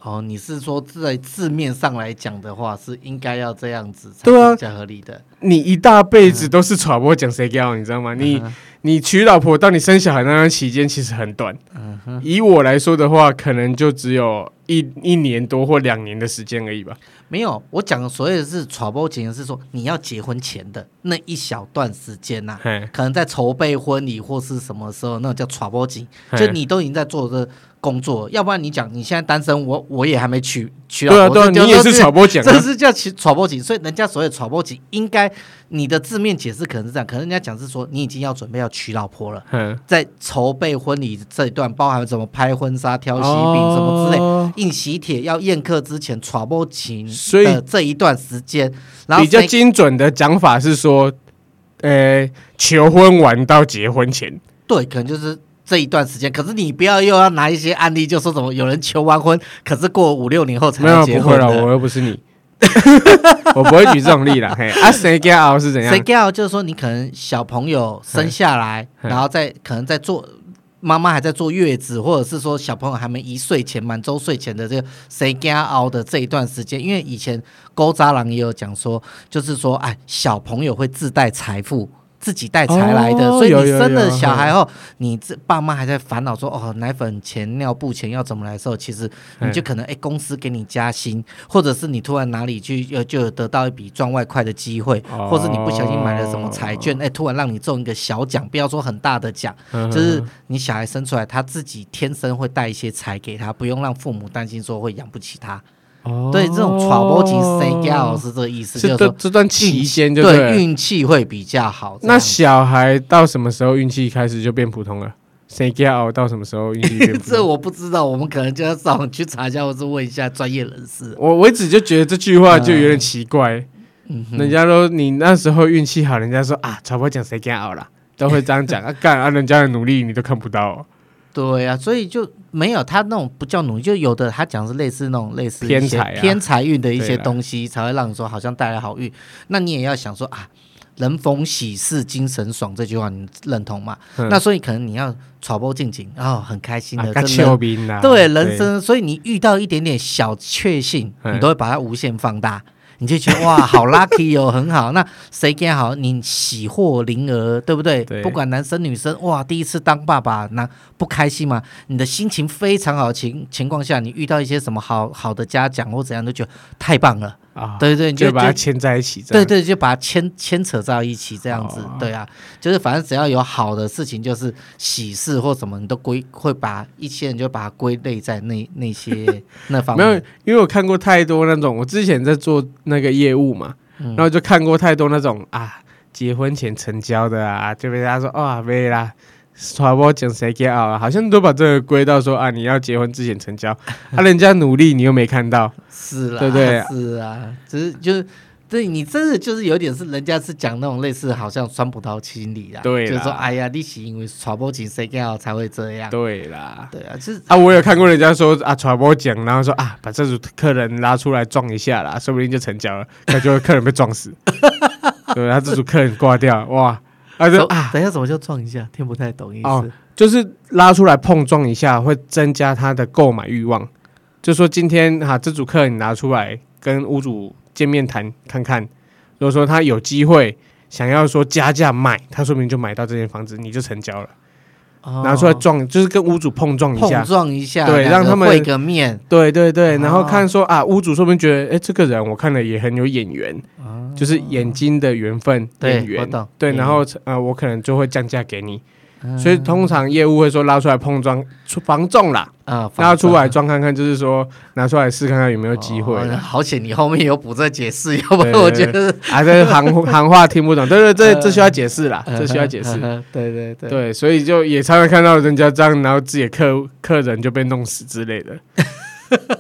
B: 哦，你是说在字面上来讲的话，是应该要这样子才
A: 对啊
B: 是比较合理的。
A: 你一大辈子都是传播讲谁叫，你知道吗？你
B: 嗯
A: 你娶老婆到你生小孩那段期间其实很短。
B: 嗯
A: 以我来说的话，可能就只有一一年多或两年的时间而已吧。
B: 没有，我讲的所谓的是传播前是说你要结婚前的那一小段时间呐、
A: 嘿，
B: 可能在筹备婚礼或是什么时候，那种叫传播景，
A: 嘿
B: 就你都已经在做这工作，要不然你讲你现在单身，我我也还没娶娶
A: 对啊
B: 老婆，
A: 对啊，
B: 这就
A: 你也是传播讲
B: 这
A: 啊，
B: 是叫其传播景，所以人家所谓的传播景，应该你的字面解释可能是这样，可能人家讲是说你已经要准备要娶老婆了，
A: 嗯，
B: 在筹备婚礼这一段，包含怎么拍婚纱、挑喜饼什么之类，
A: 哦
B: 印喜帖要宴客之前传播情
A: 所以
B: 的这一段时间，然后
A: 比较
B: 谁
A: 精准的讲法是说，呃，求婚完到结婚前，
B: 对，可能就是这一段时间。可是你不要又要拿一些案例，就说什么有人求完婚，可是过五六年后才
A: 没
B: 能
A: 有啊
B: 结
A: 不
B: 婚
A: 会了，
B: 的。
A: 我又不是你， 我不会举这种例啦。嘿，啊，谁 get out 是怎样
B: 谁？啊叫就是说你可能小朋友生下来，
A: 嗯
B: 然后再可能在做。妈妈还在坐月子，或者是说小朋友还没一岁前、满周岁前的这个谁家熬的这一段时间，因为以前勾渣郎也有讲说，就是说，哎，小朋友会自带财富，自己带财来的，
A: 哦
B: 所以
A: 有
B: 你
A: 有
B: 生了
A: 有
B: 小孩后，你这爸妈还在烦恼说，哦，奶粉钱、尿布钱要怎么来的时候，其实你就可能哎、公司给你加薪，或者是你突然哪里去又就有得到一笔赚外快的机会，
A: 哦
B: 或是你不小心买了什么彩券，哎、突然让你中一个小奖，不要说很大的奖，
A: 嗯
B: 就是你小孩生出来，他自己天生会带一些财给他，不用让父母担心说会养不起他。
A: 哦
B: 对，这种传播型 say g a l 是这个意思，就是是
A: 这
B: 啊说
A: 这段期间就
B: 对
A: 对了。
B: 运气会比较好。
A: 那
B: 这样
A: 小孩到什么时候运气开始就变普通了？谁 get out 到什么时候运气变普
B: 这
A: 通？
B: 我不知道，我们可能就要上网去查一下，或是问一下专业人士。
A: 我我一直就觉得这句话就有点奇怪，
B: 嗯哼，
A: 人家都你那时候运气好，人家说啊，传播讲谁 get out 啦，都会这样讲啊，干啊，人家的努力你都看不到哦。
B: 对啊，所以就没有他那种不叫努力，就有的他讲是类似那种类似一
A: 偏
B: 些
A: 财啊
B: 偏财运的一些
A: 对啦
B: 东西，才会让你说好像带来好运。那你也要想说啊，人逢喜事精神爽这句话你认同吗？
A: 嗯
B: 那所以可能你要揣波进景，然、后哦很开心的，
A: 啊，
B: 真的
A: 丘兵啦，
B: 对人生，所以你遇到一点点小确幸，你
A: 嗯
B: 都会把它无限放大，你就 觉得哇，好 lucky 哦，很好。那谁给好？你喜获麟儿，对不对？
A: 对
B: 不管男生女生，哇，第一次当爸爸，那不开心吗？你的心情非常好的情情况下，你遇到一些什么好好的嘉奖或怎样，都觉得太棒了。
A: 啊，
B: 对对，你
A: 就
B: 就
A: 把它
B: 就
A: 牵在一起，这
B: 对
A: 样，
B: 对，就把它牵牵扯到一起这样子，
A: 哦
B: 对啊，就是反正只要有好的事情，就是喜事或什么，你都归会把一些人就把它归类在那那 些那方
A: 没有
B: 面。，
A: 因为我看过太多那种，我之前在做那个业务嘛，然后就看过太多那种啊，结婚前成交的啊，就被大家说啊，没啦。传播讲谁给啊？好像都把这个归到说啊，你要结婚之前成交，啊，人家努力你又没看到，
B: 是啦，
A: 对不对
B: 是啊，只是就是。对你真的就是有点是人家是讲那种类似好像酸葡萄心理啦，
A: 对啦
B: 就是说哎呀，你是因为传播情谁更好才会这样，
A: 对啦。
B: 对啊，就是
A: 啊，我有看过人家说啊，传播讲，然后说啊，把这组客人拉出来撞一下啦，说不定就成交了，感觉客人被撞死，对，他这组客人挂掉，哇，啊就
B: 走
A: 啊，
B: 等一下怎么叫撞一下，听不太懂意思。
A: 哦就是拉出来碰撞一下，会增加他的购买欲望。就说今天哈、啊，这组客人你拿出来跟屋主见面谈看看，如果说他有机会想要说加价卖，他说不定就买到这间房子，你就成交了，
B: 哦
A: 拿出来撞，就是跟屋主碰撞一下
B: 碰。撞一下，
A: 对
B: 两
A: 让
B: 个
A: 他们
B: 会个面，
A: 对对对，然后
B: 哦
A: 看说啊，屋主说不定觉得，哎，这个人我看了也很有眼缘，就是眼睛的缘分，
B: 啊对
A: 眼
B: 我
A: 缘
B: 懂，嗯
A: 对，
B: 眼
A: 然
B: 缘
A: 后呃，我可能就会降价给你，所以通常业务会说拉出来碰撞，出防重啦，
B: 啊，
A: 拉出来
B: 防
A: 装看看，就是说拿出来试看看有没有
B: 撞
A: 机会
B: 哦好险，你后面有补这解释，要不然
A: 对
B: 我觉得
A: 啊。这 行行话听不懂，对对，这
B: 呃
A: 这需要解释啦，这需要解
B: 嗯
A: 释。
B: 对对对，
A: 对，所以就也常常看到人家这样，然后自己的客客人就被弄死之类 的。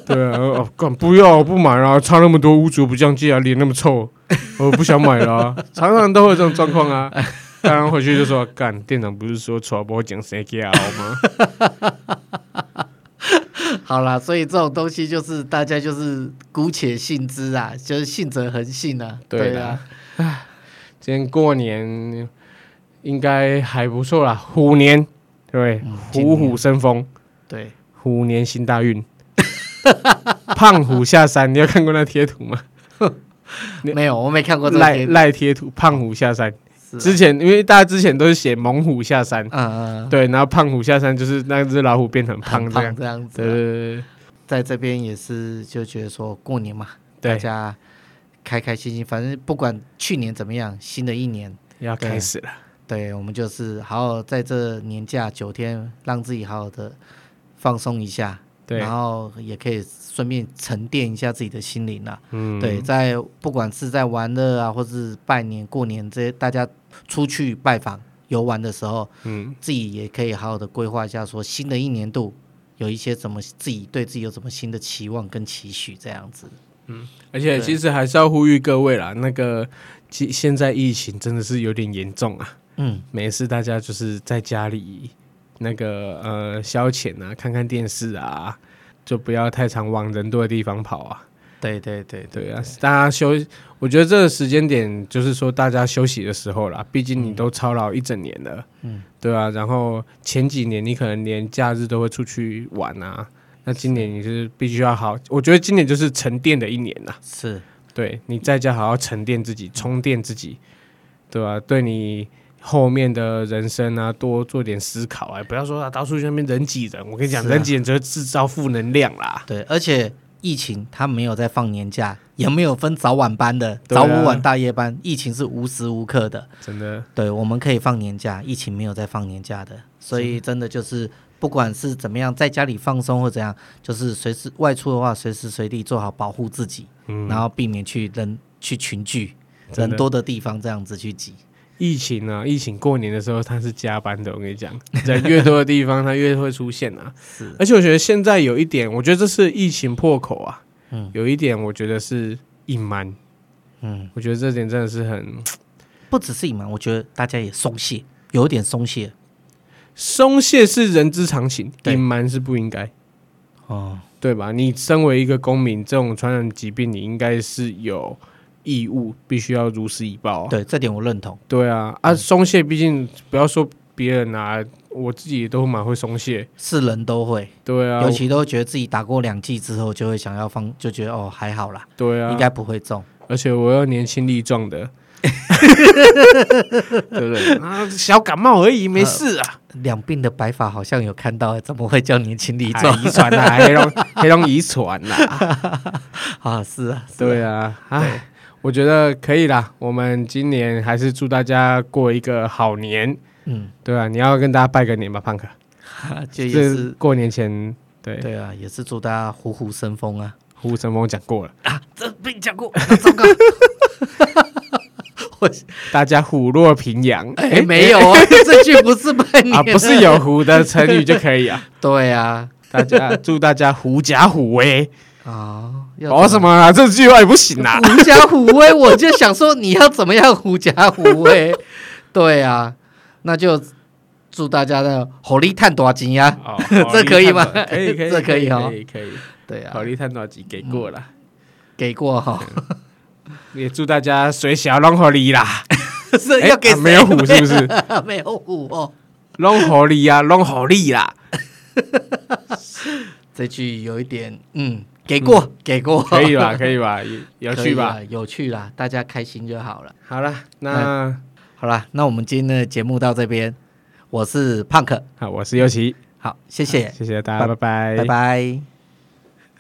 A: 对啊，哦，干不要我不买了，差那么 多，屋主不降价，脸那么臭，我不想买了啊、常常都会有这种状况啊。当然回去就说干，店长不是说传播讲谁给熬吗？
B: 好啦，所以这种东西就是大家就是姑且信之啊，就是信则恒信啊。
A: 对啦
B: 对啊，
A: 今天过年应该还不错啦，虎年对，
B: 今
A: 虎
B: 年
A: 虎生风，
B: 对，
A: 虎年行大运。 胖虎下山，你有看过那贴图吗？你
B: 没有，我没看过这个
A: 赖
B: 片。
A: 赖贴图，胖虎下山。
B: 是
A: 之前因为大家之前都是写猛虎下山
B: 啊，嗯嗯，
A: 对，然后胖虎下山就是那只老虎变成胖
B: 很
A: 这样
B: 胖。这样子
A: 对
B: 啊、
A: 对
B: 在这边也是就觉得说过年嘛，大
A: 对对，
B: 家开开心心，反正不管去年怎么样，新的一年，
A: 要
B: 对
A: 开始了。
B: 对我们就是好好在这年假九天，让自己好好的放松一下，
A: 对
B: 然，后也可以顺便沉淀一下自己的心灵啊。
A: 嗯，
B: 对，在不管是在玩乐啊，或是拜年、过年这些，大家出去拜访、游玩的时候，
A: 嗯，
B: 自己也可以好好的规划一下，说新的一年度有一些怎么自己对自己有什么新的期望跟期许这样子。
A: 而且其实还是要呼吁各位啦，那个其现在疫情真的是有点严重啊，
B: 嗯，
A: 每次大家就是在家里那个呃消遣啊，看看电视啊，就不要太常往人多的地方跑啊。
B: 对对对对，
A: 对啊，大家休，我觉得这个时间点就是说大家休息的时候啦，毕竟你都操劳一整年了，嗯，对啊，然后前几年你可能连假日都会出去玩啊，那今年你是必须要好，我觉得今年就是沉淀的一年呐，
B: 是
A: 对你在家好好沉淀自己，充电自己，对吧、对你后面的人生啊，多做点思考啊，不要说啊，到处去那边人挤人，我跟你讲，
B: 是啊
A: 人挤人只会制造负能量啦。
B: 对，而且疫情它没有在放年假，也没有分早晚班的、
A: 对啊
B: 早午晚大夜班，疫情是无时无刻的。
A: 真的，
B: 对，我们可以放年假，疫情没有在放年假的，所以真的就是不管是怎么样，在家里放松或怎样，就是随时外出的话，随时随地做好保护自己，然后避免去人去群聚。
A: 真的
B: 人多的地方这样子去挤，
A: 疫情啊，疫情过年的时候它是加班的，我跟你讲，人越多的地方它越会出现啊。
B: 是
A: 而且我觉得现在有一点，我觉得这是疫情破口啊，有一点我觉得是隐瞒，
B: 嗯，
A: 我觉得这点真的是很
B: 不只是隐瞒，我觉得大家也松懈，有一点松懈
A: 松懈是人之常情，
B: 对
A: 隐瞒是不应该，
B: 哦。
A: 对吧？你身为一个公民，这种传染疾病你应该是有义务必须要如实以报、啊。
B: 对，这点我认同。
A: 对啊，啊，松懈毕竟不要说别人啊，我自己也都蛮会松懈。
B: 是人都会，
A: 对啊，
B: 尤其都觉得自己打过两剂之后，就会想要放，就觉得哦还好啦，
A: 对啊，
B: 应该不会中。
A: 而且我要年轻力壮 的，对不对？啊，小感冒而已，没事啊。
B: 两鬓的白发好像有看到，怎么会叫年轻力壮
A: 哎遗传 啊，黑龙黑龙遗传啦，
B: 啊？是啊，是啊
A: 对啊，哎，我觉得可以啦。我们今年还是祝大家过一个好年，
B: 嗯，
A: 对啊，你要跟大家拜个年吧，胖哥。
B: 啊 就也是
A: 过年前，对，
B: 对啊，也是祝大家虎虎生风啊！
A: 胡神峰讲过了，
B: 啊，这被你 讲过，啊糟糕，我
A: 大家虎落平阳。
B: 哎没有啊， 这句不是拜年
A: 啊，不是有虎的成语就可以啊。
B: 对啊
A: 大 家祝大家狐假虎威，
B: 啊，要
A: 搞什么啊？这句话也不行啊。
B: 狐假虎威， 我就想说你要怎么样狐假虎威？ 对啊，那就祝大家的火力探啊多金呀！，
A: 哦
B: 这可以吗
A: 可以，可以，
B: 这可以哦
A: 可以，可以。
B: 对啊
A: 考，虑探讨集给过了，
B: 给过哈，
A: 嗯也祝大家水小龙河里 啦，
B: 是
A: 哎
B: 要给
A: 啊没有虎是不
B: 是？
A: 是？
B: 没有虎哦，
A: 龙河里啊，龙河里啦，
B: 这句有一点嗯，给过给过，
A: 可以吧？可以吧？有有
B: 可以啊
A: 趣吧
B: 啦？？有趣啦，大家开心就好了。
A: 好了，那
B: 好啦，那我们今天的节目到这边，我是胖克，
A: 好，我是尤奇，
B: 好，谢谢，
A: 谢谢大家，拜拜，
B: 拜拜